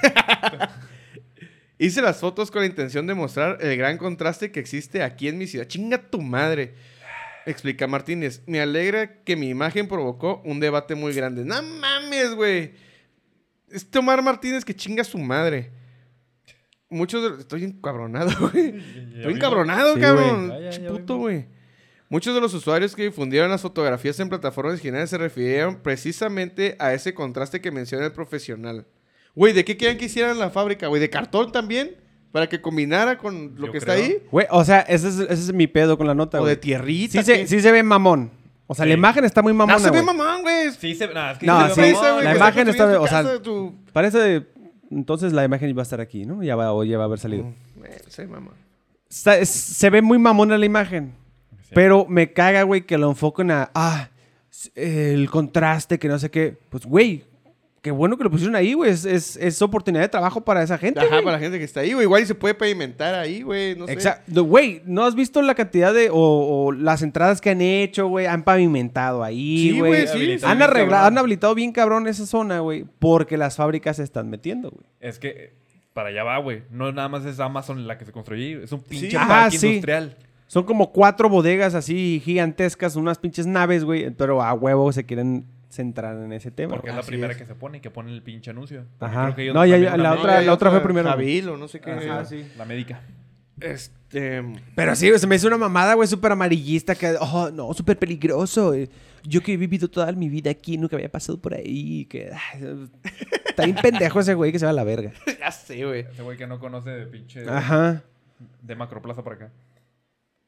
Hice las fotos con la intención de mostrar el gran contraste que existe aquí en mi ciudad. Chinga tu madre. Explica Martínez. Me alegra que mi imagen provocó un debate muy grande. No mames, güey. Este Omar Martínez que chinga su madre. Muchos de los... Estoy encabronado, [laughs] güey. Estoy encabronado,
Sí,
cabrón.
güey. Ya, ya, ya
Che puto, güey. Muchos de los usuarios que difundieron las fotografías en plataformas digitales se refirieron precisamente a ese contraste que menciona el profesional. Güey, ¿de qué querían que hicieran la fábrica, güey? ¿De cartón también? ¿Para que combinara con lo
Yo
que está
creo.
ahí?
Güey, o sea, ese es, ese es mi pedo con la nota,
¿O de
güey.
tierrita?
Sí se,
qué?
sí se ve mamón. O sea, la
Sí.
imagen está muy
No,
mamona,
se ve
güey.
mamón, güey.
Sí, se. No, es que
No,
se
sí,
ve
dice,
mamón,
güey,
la
que
güey.
está
imagen está-
construyendo
o sea,
casa, tu-
Parece. Entonces la imagen va a estar aquí, ¿no? Ya va, o ya va a haber salido.
Eh, sí, mamá.
Mm. Está- es- se ve muy mamona la imagen.
Sí.
Pero me caga, güey, que lo enfoquen a. Ah, s- el contraste, que no sé qué. Pues, güey, qué bueno que lo pusieron ahí, güey. Es, es- es oportunidad de trabajo para esa gente.
Ajá,
güey.
para la gente que está ahí, güey. Igual y se puede pavimentar ahí, güey. No sé.
Exacto. Güey, ¿no has visto la cantidad de. o, o las entradas que han hecho, güey? Han pavimentado ahí,
Sí,
güey.
güey, sí. sí,
han
sí,
arreglado, han
cabrón.
habilitado bien cabrón esa zona, güey. Porque las fábricas se están metiendo, güey.
Es que eh, para allá va, güey. No nada más es Amazon la que se construyó. Es un pinche
Ajá,
parque
sí.
industrial.
Son como cuatro bodegas así gigantescas, unas pinches naves, güey. Pero a huevo se quieren centrar en ese tema.
Porque
güey.
es la
Así
primera
es.
que se pone, que pone el pinche anuncio. Porque
Ajá.
creo que ellos
No, ya,
también
ya,
una
la
médica-
otra,
hay
la otra fue primero. güey.
Jabil o no sé qué.
Ajá, sí.
La médica.
Este.
Pero sí, güey, se me hizo una mamada, güey, súper amarillista. Que, oh, no, súper peligroso. eh. Yo que he vivido toda mi vida aquí, nunca había pasado por ahí. Que, ah, está bien pendejo ese güey que se va a la
[laughs]
verga.
ya sé, güey.
Ese güey que no conoce de pinche.
Ajá.
De macroplaza para acá.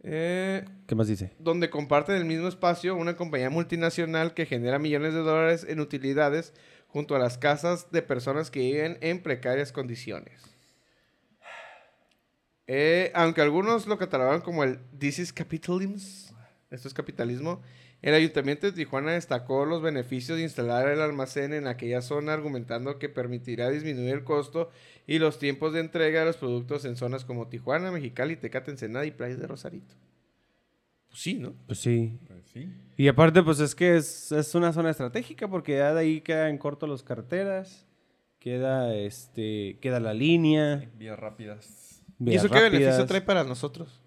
Eh,
¿Qué más dice?
donde comparten el mismo espacio una compañía multinacional que genera millones de dólares en utilidades junto a las casas de personas que viven en precarias condiciones. Eh, aunque algunos lo catalogan como el This is Capitalism, esto es capitalismo, el ayuntamiento de Tijuana destacó los beneficios de instalar el almacén en aquella zona argumentando que permitirá disminuir el costo y los tiempos de entrega de los productos en zonas como Tijuana, Mexicali, Tecate, Ensenada y Playas de Rosarito. Pues sí, ¿no?
Pues sí.
Pues sí.
Y aparte, pues es que es, es una zona estratégica porque ya de ahí quedan corto las carreteras. Queda, este, queda la línea.
Vías rápidas.
¿Y
vías
eso qué beneficio
rápidas.
trae para nosotros?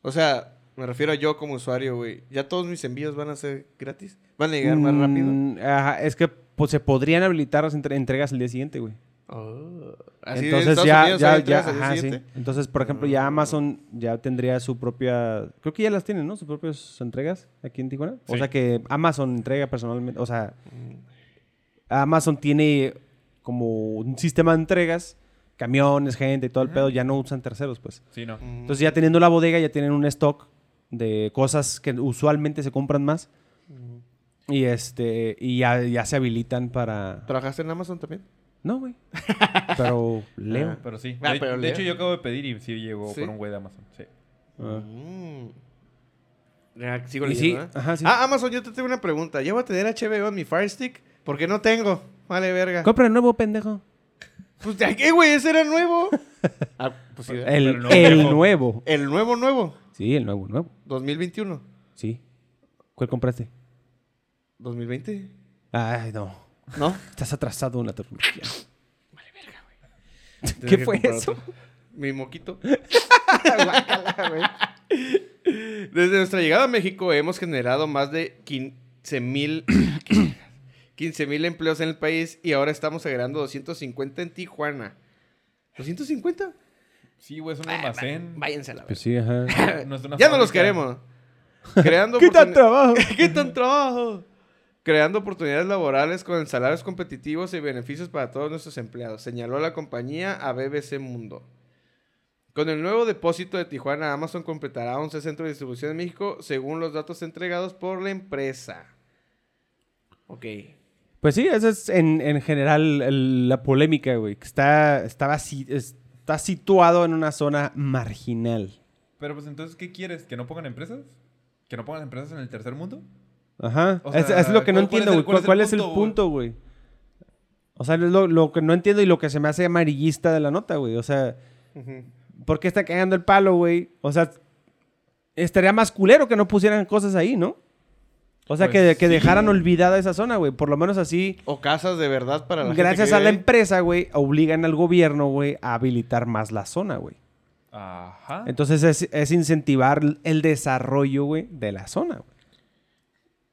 O sea, me refiero a yo como usuario, güey. ¿Ya todos mis envíos van a ser gratis? ¿Van a llegar más rápido?
Mm, ajá, es que pues, se podrían habilitar las entre- entregas el día siguiente, güey.
Oh. Así en
Entonces
Estados
ya,
Unidos
ya,
hay
ya,
entregas al día
ajá, sí.
siguiente. Ah.
Entonces, por ejemplo, ya Amazon ya tendría su propia, creo que ya las tienen, ¿no? Sus propias entregas aquí en Tijuana. O
Sí.
sea que Amazon entrega personalmente, o sea, Amazon tiene como un sistema de entregas, camiones, gente y todo el pedo, ya no usan terceros, pues.
Sí, no.
Mm.
Entonces ya teniendo la bodega, ya tienen un stock de cosas que usualmente se compran más. Y este, y ya, ya se habilitan para...
¿Trabajaste en Amazon también?
No, [laughs] güey. Pero leo.
Ah, pero sí.
Ah,
de,
pero
de
leo.
hecho, yo acabo de pedir y sí llegó
¿Sí?
por un güey de Amazon. Sí.
Ah.
Mm. Ya, Sigo
Y
leyendo,
sí,
¿verdad?
ajá, sí.
Ah, Amazon, yo te tengo una pregunta. ¿Ya voy a tener HBO en mi Fire Stick? ¿Por qué no tengo? Vale, verga.
Compra el nuevo, pendejo.
Pues, ¿de qué, güey? Ese era nuevo. Ah, pues sí, ¿verdad?
El,
pero no
el
viejo.
nuevo.
El nuevo, nuevo.
Sí, el nuevo, nuevo.
2021.
Sí. ¿Cuál compraste?
2020.
Ay, no.
¿No?
Estás atrasado en la tecnología. [laughs] ¿Qué fue eso?
Mi [laughs] moquito. Desde nuestra llegada a México hemos generado más de 15 [coughs] mil empleos en el país y ahora estamos generando 250 en Tijuana. ¿250?
Sí, güey, es un almacén.
Váyanse a la
Pues sí, ajá.
[coughs] verga.
No es una
Ya no los
fábrica.
queremos. [laughs]
[laughs]
Creando
¡Quita
oportuni-
trabajo!
quitan trabajo. Creando oportunidades laborales con salarios competitivos y beneficios para todos nuestros empleados, señaló la compañía a BBC Mundo. Con el nuevo depósito de Tijuana, Amazon completará 11 centros de distribución en México, según los datos entregados por la empresa. Ok.
Pues sí, esa es en, en general el- la polémica, güey. Que está, estaba si- está situado en una zona marginal.
Pero pues entonces, ¿qué quieres? ¿Que no pongan empresas? ¿Que no pongan empresas en el tercer mundo?
Ajá.
O sea,
es, es lo que no
¿cuál- cuál es
entiendo,
el-
güey. ¿Cuál, cuál es el
güey?
punto, güey? O sea, es lo, lo que no entiendo y lo que se me hace amarillista de la nota, güey. O sea, ¿por qué está cagando el palo, güey? O sea, estaría más culero que no pusieran cosas ahí, ¿no? O sea,
Pues
que, que dejaran olvidada esa zona, güey. Por lo menos así,
O casas de verdad para la gente
gracias
que
a la
vive ahí.
empresa, güey, obligan al gobierno, güey, a habilitar más la zona, güey.
Ajá.
Entonces es, es incentivar el desarrollo, güey, de la zona, güey.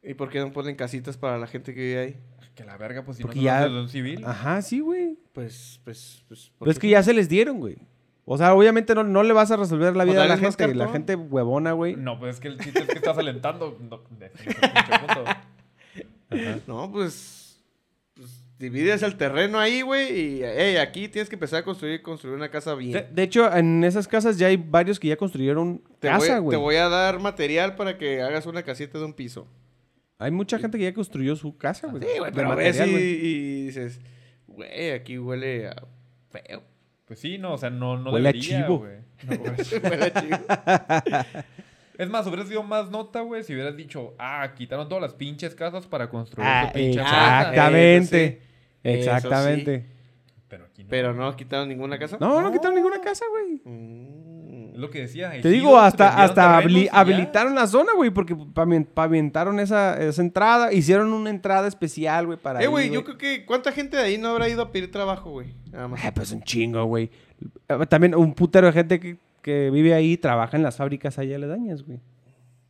¿Y por qué no ponen casitas para la gente que vive ahí?
que la verga, pues si
Porque
no
ya-
ya... de un civil.
Ajá, sí, güey.
Pues, pues, pues. ¿por
Pero es
qué
que
no?
ya se les dieron, güey. O sea, obviamente no, no le vas a resolver la
O
vida a la
darles Pues más
gente. La
cartón.
gente huevona, güey.
No, pues es que el chiste es que estás alentando. No, de- de- de- de- punto.
No, pues, pues divides el terreno ahí, güey, y hey, aquí tienes que empezar a construir construir una casa bien.
De, de hecho, en esas casas ya hay varios que ya construyeron
Te,
casa,
voy, te
güey.
voy a dar material para que hagas una casita de un piso.
Hay mucha gente que ya construyó su casa, güey.
Sí, güey,
de
pero ves
material,
y,
güey.
y dices, güey, aquí huele a feo. [laughs]
Pues sí, no, o sea, no, no
Huele a
debería,
chivo.
güey. No, güey.
Huele a chivo.
es más, hubiera sido más nota, güey, si hubieras dicho, ah, quitaron todas las pinches casas para construir
Ah,
su pinche casa.
exactamente.
Eso sí.
Exactamente.
Pero aquí no.
Pero no quitaron ninguna casa.
No, no quitaron ninguna casa, güey.
Mm.
Es lo que decía.
Te digo, hasta, hasta habili- habilitaron la zona, güey, porque pavien- pavimentaron esa, esa entrada. Hicieron una entrada especial, güey, para
Eh,
ahí,
güey, yo creo que ¿cuánta gente de ahí no habrá ido a pedir trabajo, güey? Nada más.
Ah, pues un chingo, güey. Eh, También un putero de gente que, que vive ahí y trabaja en las fábricas allá dañas, güey.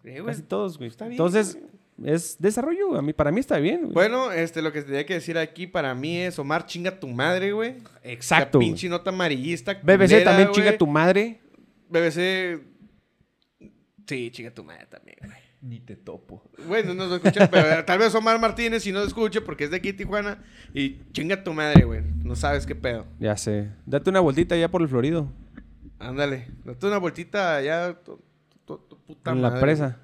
Eh, güey,
Casi todos, güey.
está bien,
Entonces, es desarrollo, güey. A mí, para mí está bien, güey.
Bueno, este, lo que tenía que decir aquí para mí es Omar, chinga tu madre, güey.
exacto.
Esa
güey.
pinche nota amarillista.
BBC
culera,
también
güey.
chinga tu madre.
BBC. Sí, chica tu madre también, güey.
Ni te topo.
Bueno, no nos escucha, pero eh, tal vez Omar Martínez si no lo escuche porque es de aquí de Tijuana. Y chinga tu madre, güey. No sabes qué pedo.
Ya sé. Date una vueltita ya por el Florido.
Ándale. Date una vueltita allá. tu- tu- tu puta
en
madre.
la presa.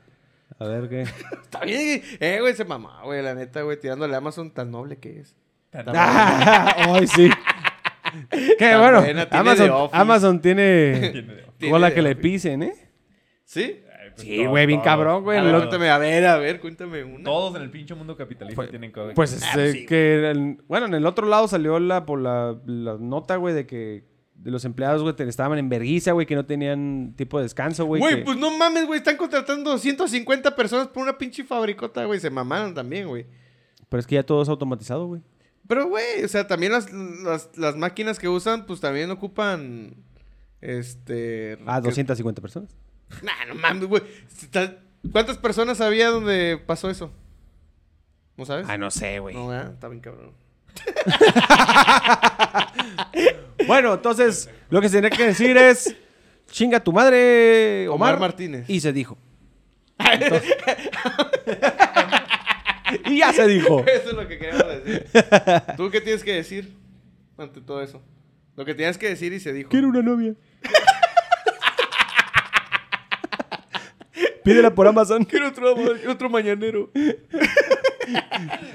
A ver qué.
[laughs] Está bien. Eh, güey, se mamá, güey. La neta, güey. Tirándole a Amazon tan noble que es.
Ah.
Ay, sí. Qué
Tan
bueno.
buena, tiene de
Amazon,
Office.
Amazon tiene.
Tiene-
Tiene
Igual la
de
que le
Office.
pisen, ¿eh?
¿Sí?
Ay, pues
Sí,
todos,
güey, bien
todos.
cabrón, güey.
A ver,
Lo-
cuéntame, a ver, a ver, cuéntame una.
Todos en el pinche mundo capitalista
Pues-
tienen COVID.
Pues es,
Ah, pues
eh,
sí,
que, el- bueno, en el otro lado salió la, por la, la nota, güey, de que de los empleados, güey, te- estaban en verguiza, güey, que no tenían tipo de descanso, güey.
Güey,
que-
pues no mames, güey. Están contratando 150 personas por una pinche fabricota, güey. Se mamaron también, güey.
Pero es que ya todo es automatizado, güey.
Pero, güey, o sea, también las, las, las máquinas que usan, pues también ocupan. Este.
Ah,
que-
250 personas.
Nah, no mames, güey. Si ta- ¿Cuántas personas había donde pasó eso? ¿No sabes?
Ah, no sé, güey.
No, ¿verdad? Está
[laughs]
bien cabrón.
Bueno, entonces, lo que se tiene que decir es, chinga tu madre, Omar,
Omar Martínez.
Y se dijo. Entonces- [laughs] y ya se dijo.
Eso es lo que queremos
[laughs]
decir. ¿Tú qué tienes que decir ante todo eso? Lo que tenías que decir y se dijo.
Quiero una novia. Pídela por Amazon.
Quiero otro, otro mañanero.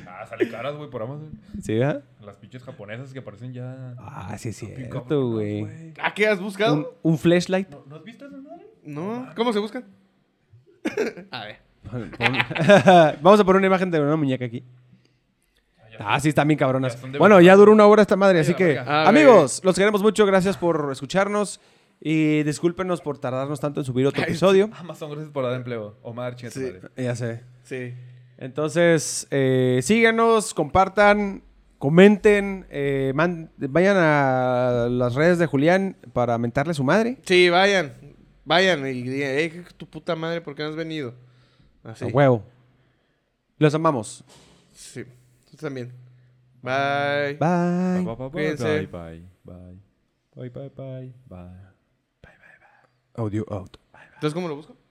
Ah, salen caras, güey, por Amazon.
¿Sí, ah?
Las pinches japonesas que parecen ya.
Ah, sí es
Pick up,
cierto, güey.
¿A qué has buscado?
¿Un, un flashlight?
¿No, no has visto esas madres?
No. ¿Cómo se busca? [laughs] A ver.
Pon- pon- [laughs] Vamos a poner una imagen de una muñeca aquí. Ah, sí, están bien cabronas.
Ya son de
Bueno,
verdad.
ya duró una hora esta madre, así
la
que,
verga.
A
amigos, los queremos mucho. Gracias por escucharnos. Y discúlpenos por tardarnos tanto en subir otro
Ay,
episodio. Eh,
Amazon, gracias por dar empleo. Omar, chingate
Sí.
madre.
Ya sé.
Sí.
Entonces, eh, síganos, compartan, comenten, eh, man- vayan a las redes de Julián para mentarle a su madre.
Sí, vayan. Vayan y digan, "Ey, tu puta madre, ¿por qué no has venido? Así.
A huevo. Los amamos.
Sí. Tú también. Bye.
Bye.
Bye, bye, bye,
Cuídense.
bye, bye, bye. Bye, bye, bye, bye.
Audio out.
Entonces, ¿cómo lo busco?